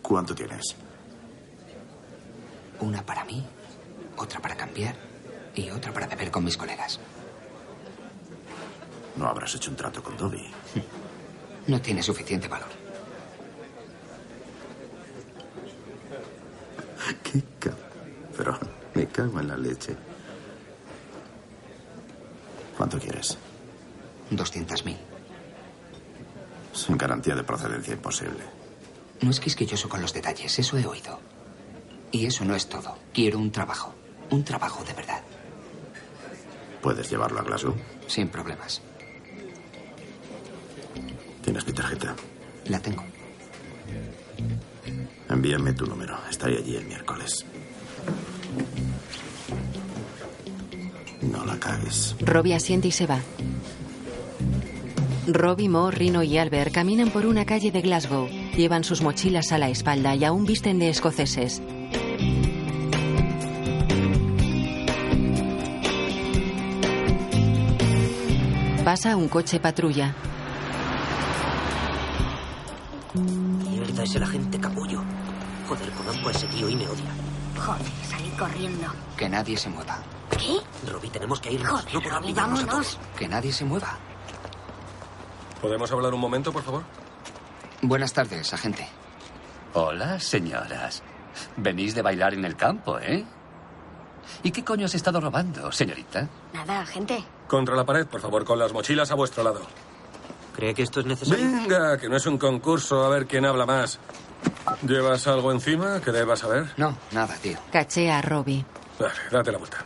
¿Cuánto tienes?
Una para mí, otra para cambiar y otra para beber con mis colegas.
No habrás hecho un trato con Dobby.
No tiene suficiente valor.
Qué cabrón. Me cago en la leche. ¿Cuánto quieres?
200.000.
Sin garantía de procedencia imposible.
No es quisquilloso con los detalles, eso he oído. Y eso no es todo. Quiero un trabajo. Un trabajo de verdad.
¿Puedes llevarlo a Glasgow?
Sin problemas.
¿Tienes mi tarjeta?
La tengo.
Envíame tu número. Estaré allí el miércoles. No la cagues.
Robbie asiente y se va. Robbie, Mo, Rino y Albert caminan por una calle de Glasgow. Llevan sus mochilas a la espalda y aún visten de escoceses. Pasa un coche patrulla.
Mierda, es el agente capullo. Joder, conozco a ese tío y me odia.
Joder, salí corriendo.
Que nadie se mueva.
¿Qué?
Robbie, tenemos que irnos. no por
Robbie, vámonos.
Que nadie se mueva.
¿Podemos hablar un momento, por favor?
Buenas tardes, agente.
Hola, señoras. Venís de bailar en el campo, ¿eh? ¿Y qué coño has estado robando, señorita?
Nada, gente.
Contra la pared, por favor, con las mochilas a vuestro lado.
¿Cree que esto es necesario?
Venga, que no es un concurso, a ver quién habla más. ¿Llevas algo encima que debas saber?
No, nada, tío.
Cachea a Robbie.
Dale, date la vuelta.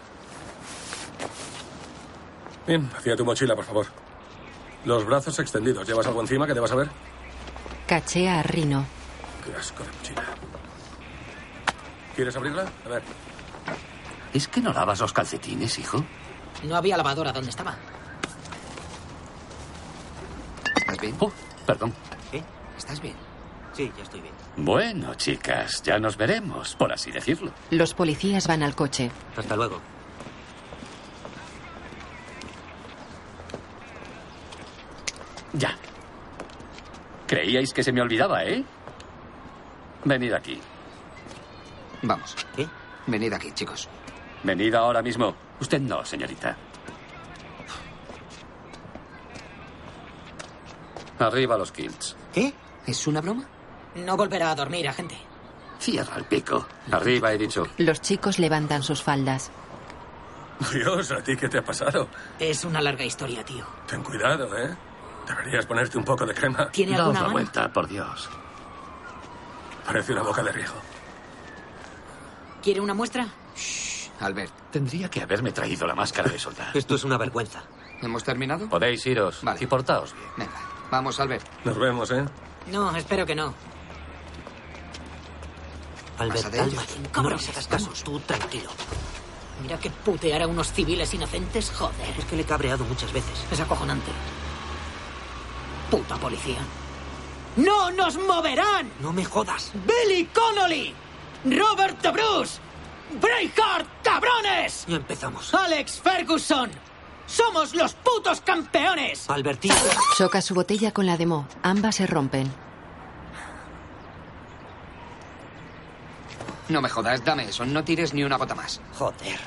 Bien, hacia tu mochila, por favor. Los brazos extendidos. ¿Llevas algo encima que debas saber?
Cachea a Rino.
Qué asco de mochila. ¿Quieres abrirla? A ver.
¿Es que no lavas los calcetines, hijo?
No había lavadora donde estaba.
¿Estás bien? Oh, perdón.
¿Estás bien?
Sí, ya estoy bien.
Bueno, chicas, ya nos veremos, por así decirlo.
Los policías van al coche.
Hasta luego.
Ya. Creíais que se me olvidaba, ¿eh? Venid aquí.
Vamos.
¿Qué?
Venid aquí, chicos.
Venid ahora mismo. Usted no, señorita. Arriba los kilts.
¿Qué?
¿Es una broma?
No volverá a dormir, agente.
Cierra el pico. Arriba, he dicho.
Los chicos levantan sus faldas.
Dios, ¿a ti qué te ha pasado?
Es una larga historia, tío.
Ten cuidado, ¿eh? Deberías ponerte un poco de crema.
¿Tiene Daos alguna la mano?
vuelta, por Dios.
Parece una boca de riego.
¿Quiere una muestra?
Albert.
Tendría que haberme traído la máscara de soldado.
Esto es una vergüenza.
¿Hemos terminado?
Podéis iros y portaos bien.
Vamos, Albert.
Nos vemos, ¿eh?
No, espero que no.
Albert,
Pasa de ello.
cálmate. No
Cabrones,
les hagas caso. Tú tranquilo.
Mira que putear a unos civiles inocentes, joder.
Es que le he cabreado muchas veces.
Es acojonante. Puta policía. ¡No nos moverán!
No me jodas.
¡Billy Connolly! ¡Robert De Bruce! ¡Braveheart, cabrones!
Ya empezamos.
¡Alex Ferguson! ¡Somos los putos campeones!
Albertito.
Choca su botella con la de Mo. Ambas se rompen.
No me jodas, dame eso. No tires ni una gota más.
Joder.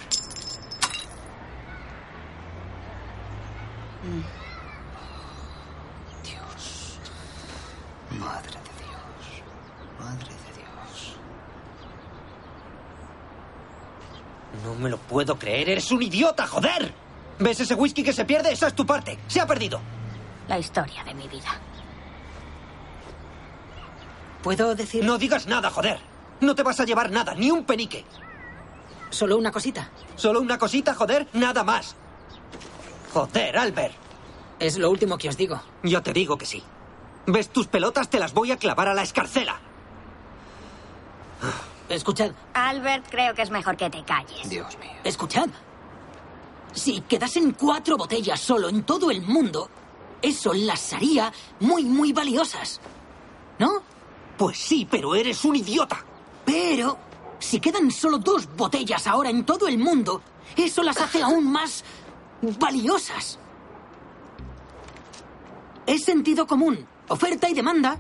Dios. Madre de Dios. Madre de Dios.
No me lo puedo creer. Eres un idiota, joder. ¿Ves ese whisky que se pierde? Esa es tu parte. Se ha perdido.
La historia de mi vida.
¿Puedo decir...?
No digas nada, joder. No te vas a llevar nada, ni un penique.
Solo una cosita.
Solo una cosita, joder, nada más. Joder, Albert.
Es lo último que os digo.
Yo te digo que sí. ¿Ves tus pelotas? Te las voy a clavar a la escarcela.
Escuchad,
Albert, creo que es mejor que te calles.
Dios mío.
escuchad. Si quedasen cuatro botellas solo en todo el mundo, eso las haría muy, muy valiosas. ¿No?
Pues sí, pero eres un idiota.
Pero si quedan solo dos botellas ahora en todo el mundo, eso las hace aún más valiosas. Es sentido común, oferta y demanda.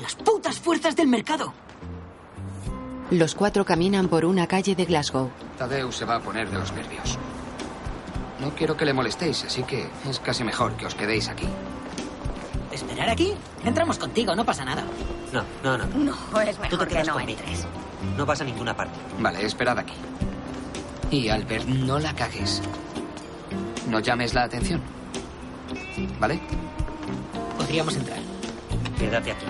Las putas fuerzas del mercado.
Los cuatro caminan por una calle de Glasgow.
Tadeu se va a poner de los nervios. No quiero que le molestéis, así que es casi mejor que os quedéis aquí.
¿Esperar aquí? Entramos contigo, no pasa nada.
No, no, no.
No, es
Tú te
mejor que
quedas
no ¿eh?
conmigo.
entres.
No vas a ninguna parte.
Vale, esperad aquí. Y Albert, no la cagues. No llames la atención. ¿Vale?
Podríamos entrar.
Quédate aquí.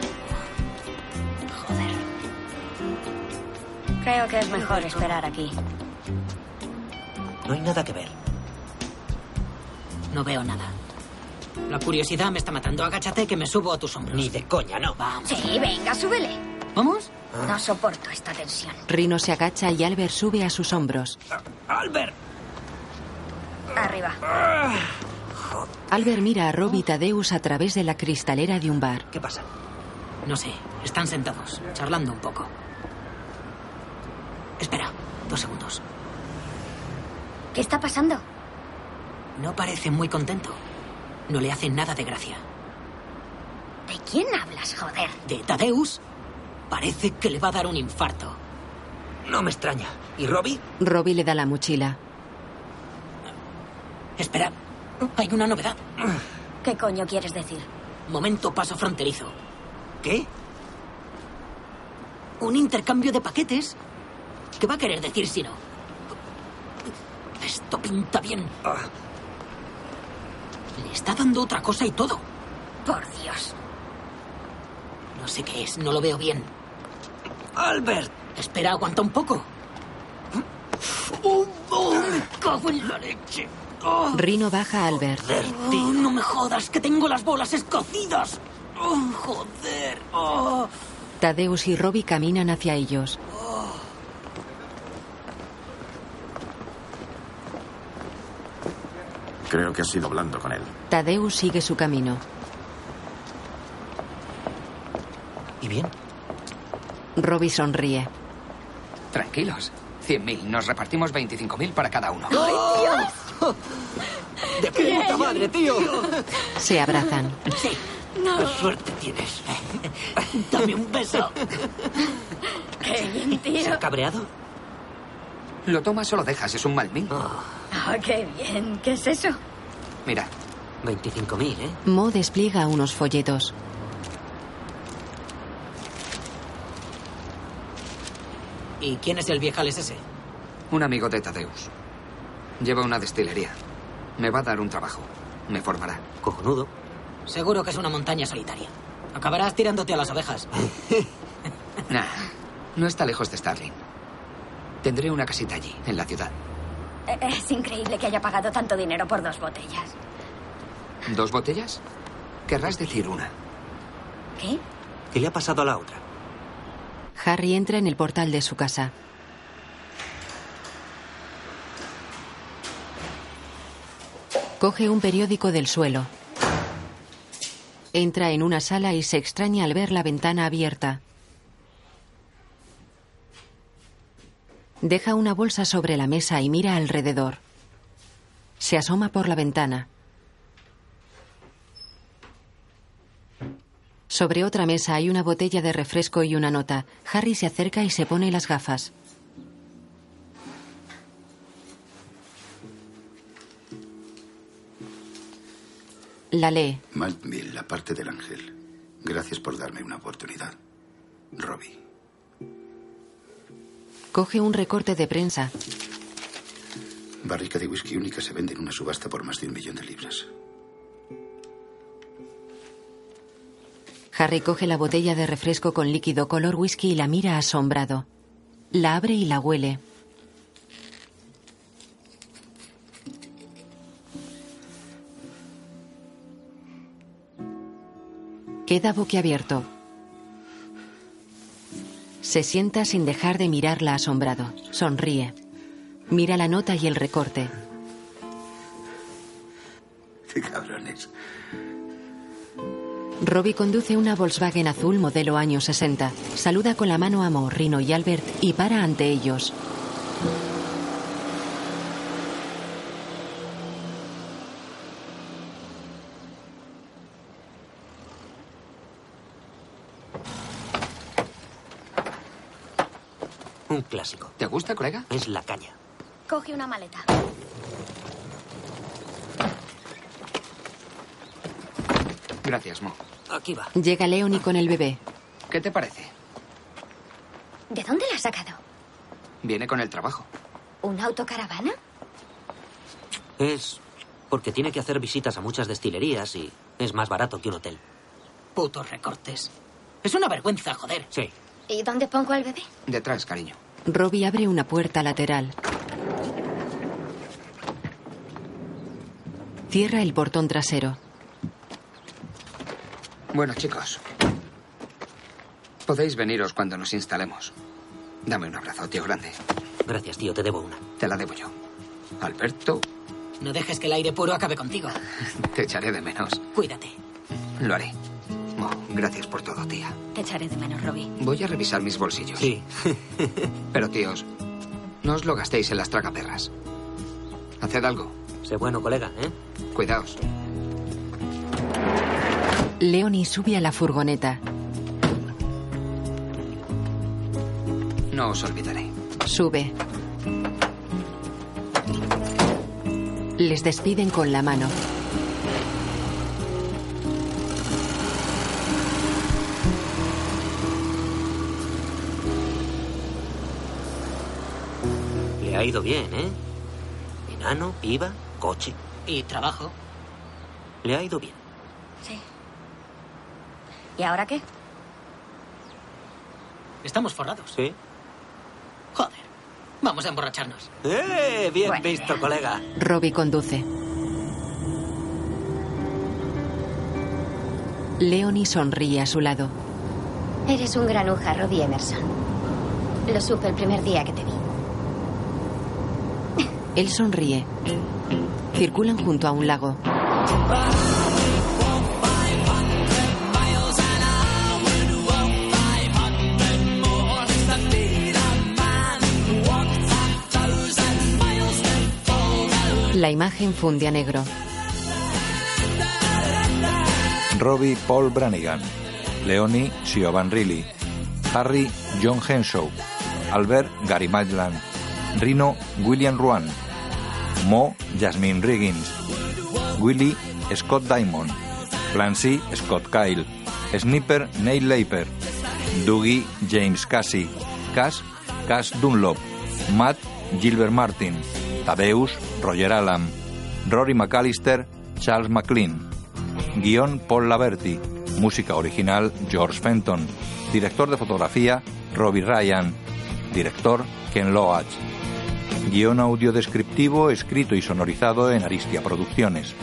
Creo que es mejor esperar aquí.
No hay nada que ver.
No veo nada. La curiosidad me está matando. Agáchate que me subo a tus hombros.
Ni de coña, no.
Vamos.
Sí, venga, súbele.
¿Vamos?
No soporto esta tensión.
Rino se agacha y Albert sube a sus hombros.
Albert.
Arriba.
Albert mira a Rob y Tadeus a través de la cristalera de un bar.
¿Qué pasa?
No sé. Están sentados, charlando un poco. Espera, dos segundos.
¿Qué está pasando?
No parece muy contento. No le hace nada de gracia.
¿De quién hablas, joder?
De Tadeus, parece que le va a dar un infarto.
No me extraña. ¿Y Robbie?
Robbie le da la mochila.
Espera, hay una novedad.
¿Qué coño quieres decir?
Momento paso fronterizo.
¿Qué?
Un intercambio de paquetes. ¿Qué va a querer decir si no? Esto pinta bien. Le está dando otra cosa y todo.
Por Dios.
No sé qué es, no lo veo bien.
Albert.
Espera, aguanta un poco. ¡Oh, me cago en la leche! ¡Oh!
Rino baja a Albert.
Oh, no me jodas, que tengo las bolas escocidas. Oh, joder. Oh.
Tadeus y Robbie caminan hacia ellos.
Creo que has sido blando con él.
Tadeus sigue su camino.
¿Y bien?
Robbie sonríe.
Tranquilos. 100.000. Nos repartimos 25.000 para cada uno.
¡De puta madre, tío!
Se abrazan.
Sí. Qué suerte tienes. Dame un beso.
Qué bien,
¿Se
tío.
ha cabreado? Lo tomas o lo dejas, es un mal mío.
Ah, qué bien. ¿Qué es eso?
Mira. 25.000, ¿eh?
Mo despliega unos folletos.
¿Y quién es el viejal ese?
Un amigo de Tadeus. Lleva una destilería. Me va a dar un trabajo. Me formará.
Cojonudo.
Seguro que es una montaña solitaria. Acabarás tirándote a las ovejas.
Nah, no está lejos de Starling. Tendré una casita allí, en la ciudad.
Eh, Es increíble que haya pagado tanto dinero por dos botellas.
¿Dos botellas? Querrás decir una.
¿Qué?
¿Qué le ha pasado a la otra?
Harry entra en el portal de su casa. Coge un periódico del suelo. Entra en una sala y se extraña al ver la ventana abierta. Deja una bolsa sobre la mesa y mira alrededor. Se asoma por la ventana. Sobre otra mesa hay una botella de refresco y una nota. Harry se acerca y se pone las gafas. La lee.
Maltville, la parte del ángel. Gracias por darme una oportunidad. Robbie.
Coge un recorte de prensa.
Barrica de whisky única se vende en una subasta por más de un millón de libras.
Harry coge la botella de refresco con líquido color whisky y la mira asombrado. La abre y la huele. Queda boquiabierto. Se sienta sin dejar de mirarla asombrado. Sonríe. Mira la nota y el recorte.
¡Qué cabrones!
Robbie conduce una Volkswagen azul modelo años 60. Saluda con la mano a Mo, Rino y Albert y para ante ellos.
Un clásico.
¿Te gusta, colega?
Es la caña.
Coge una maleta.
Gracias, Mo.
Aquí va.
Llega Leoni con el bebé.
¿Qué te parece?
¿De dónde la ha sacado?
Viene con el trabajo.
¿Una autocaravana?
Es porque tiene que hacer visitas a muchas destilerías y es más barato que un hotel.
Putos recortes. Es una vergüenza, joder.
Sí.
¿Y dónde pongo al bebé?
Detrás, cariño.
Robbie abre una puerta lateral. Cierra el portón trasero.
Bueno, chicos. Podéis veniros cuando nos instalemos. Dame un abrazo, tío grande.
Gracias, tío, te debo una.
Te la debo yo. Alberto,
No dejes que el aire puro acabe contigo.
te echaré de menos.
Cuídate.
Lo haré. Mo, gracias por todo, tía.
Te echaré de menos, Robbie.
Voy a revisar mis bolsillos.
Sí.
Pero, tíos, no os lo gastéis en las tragaperras. Haced algo.
Sé bueno, colega, ¿eh?
Cuidaos.
Leoni sube a la furgoneta.
No os olvidaré.
Sube. Les despiden con la mano.
Le ha ido bien, ¿eh? Enano, piba, coche.
Y trabajo.
Le ha ido bien.
¿Y ahora qué?
Estamos forrados.
Sí.
Joder.
Vamos a emborracharnos.
¡Eh! Bien visto, colega.
Robbie conduce. Leonie sonríe a su lado.
Eres un granuja, Robbie Emerson. Lo supe el primer día que te vi.
Él sonríe. Circulan junto a un lago. La imagen funde a negro.
Robbie Paul Branigan, Leonie Siobhan Riley, Harry John Henshaw, Albert Gary Maitland, Rino William Ruan, Mo Jasmine Riggins, Willie Scott Diamond, Clancy Scott Kyle, Sniper Neil Leiper, Dougie James Cassie, Cass Cass Dunlop, Matt Gilbert Martin, Tadeus Roger Allam, Rory McAllister Charles McLean. Guión Paul Laverty. Música original George Fenton. Director de fotografía Robbie Ryan. Director Ken Loach. Guión audio descriptivo escrito y sonorizado en Aristia Producciones.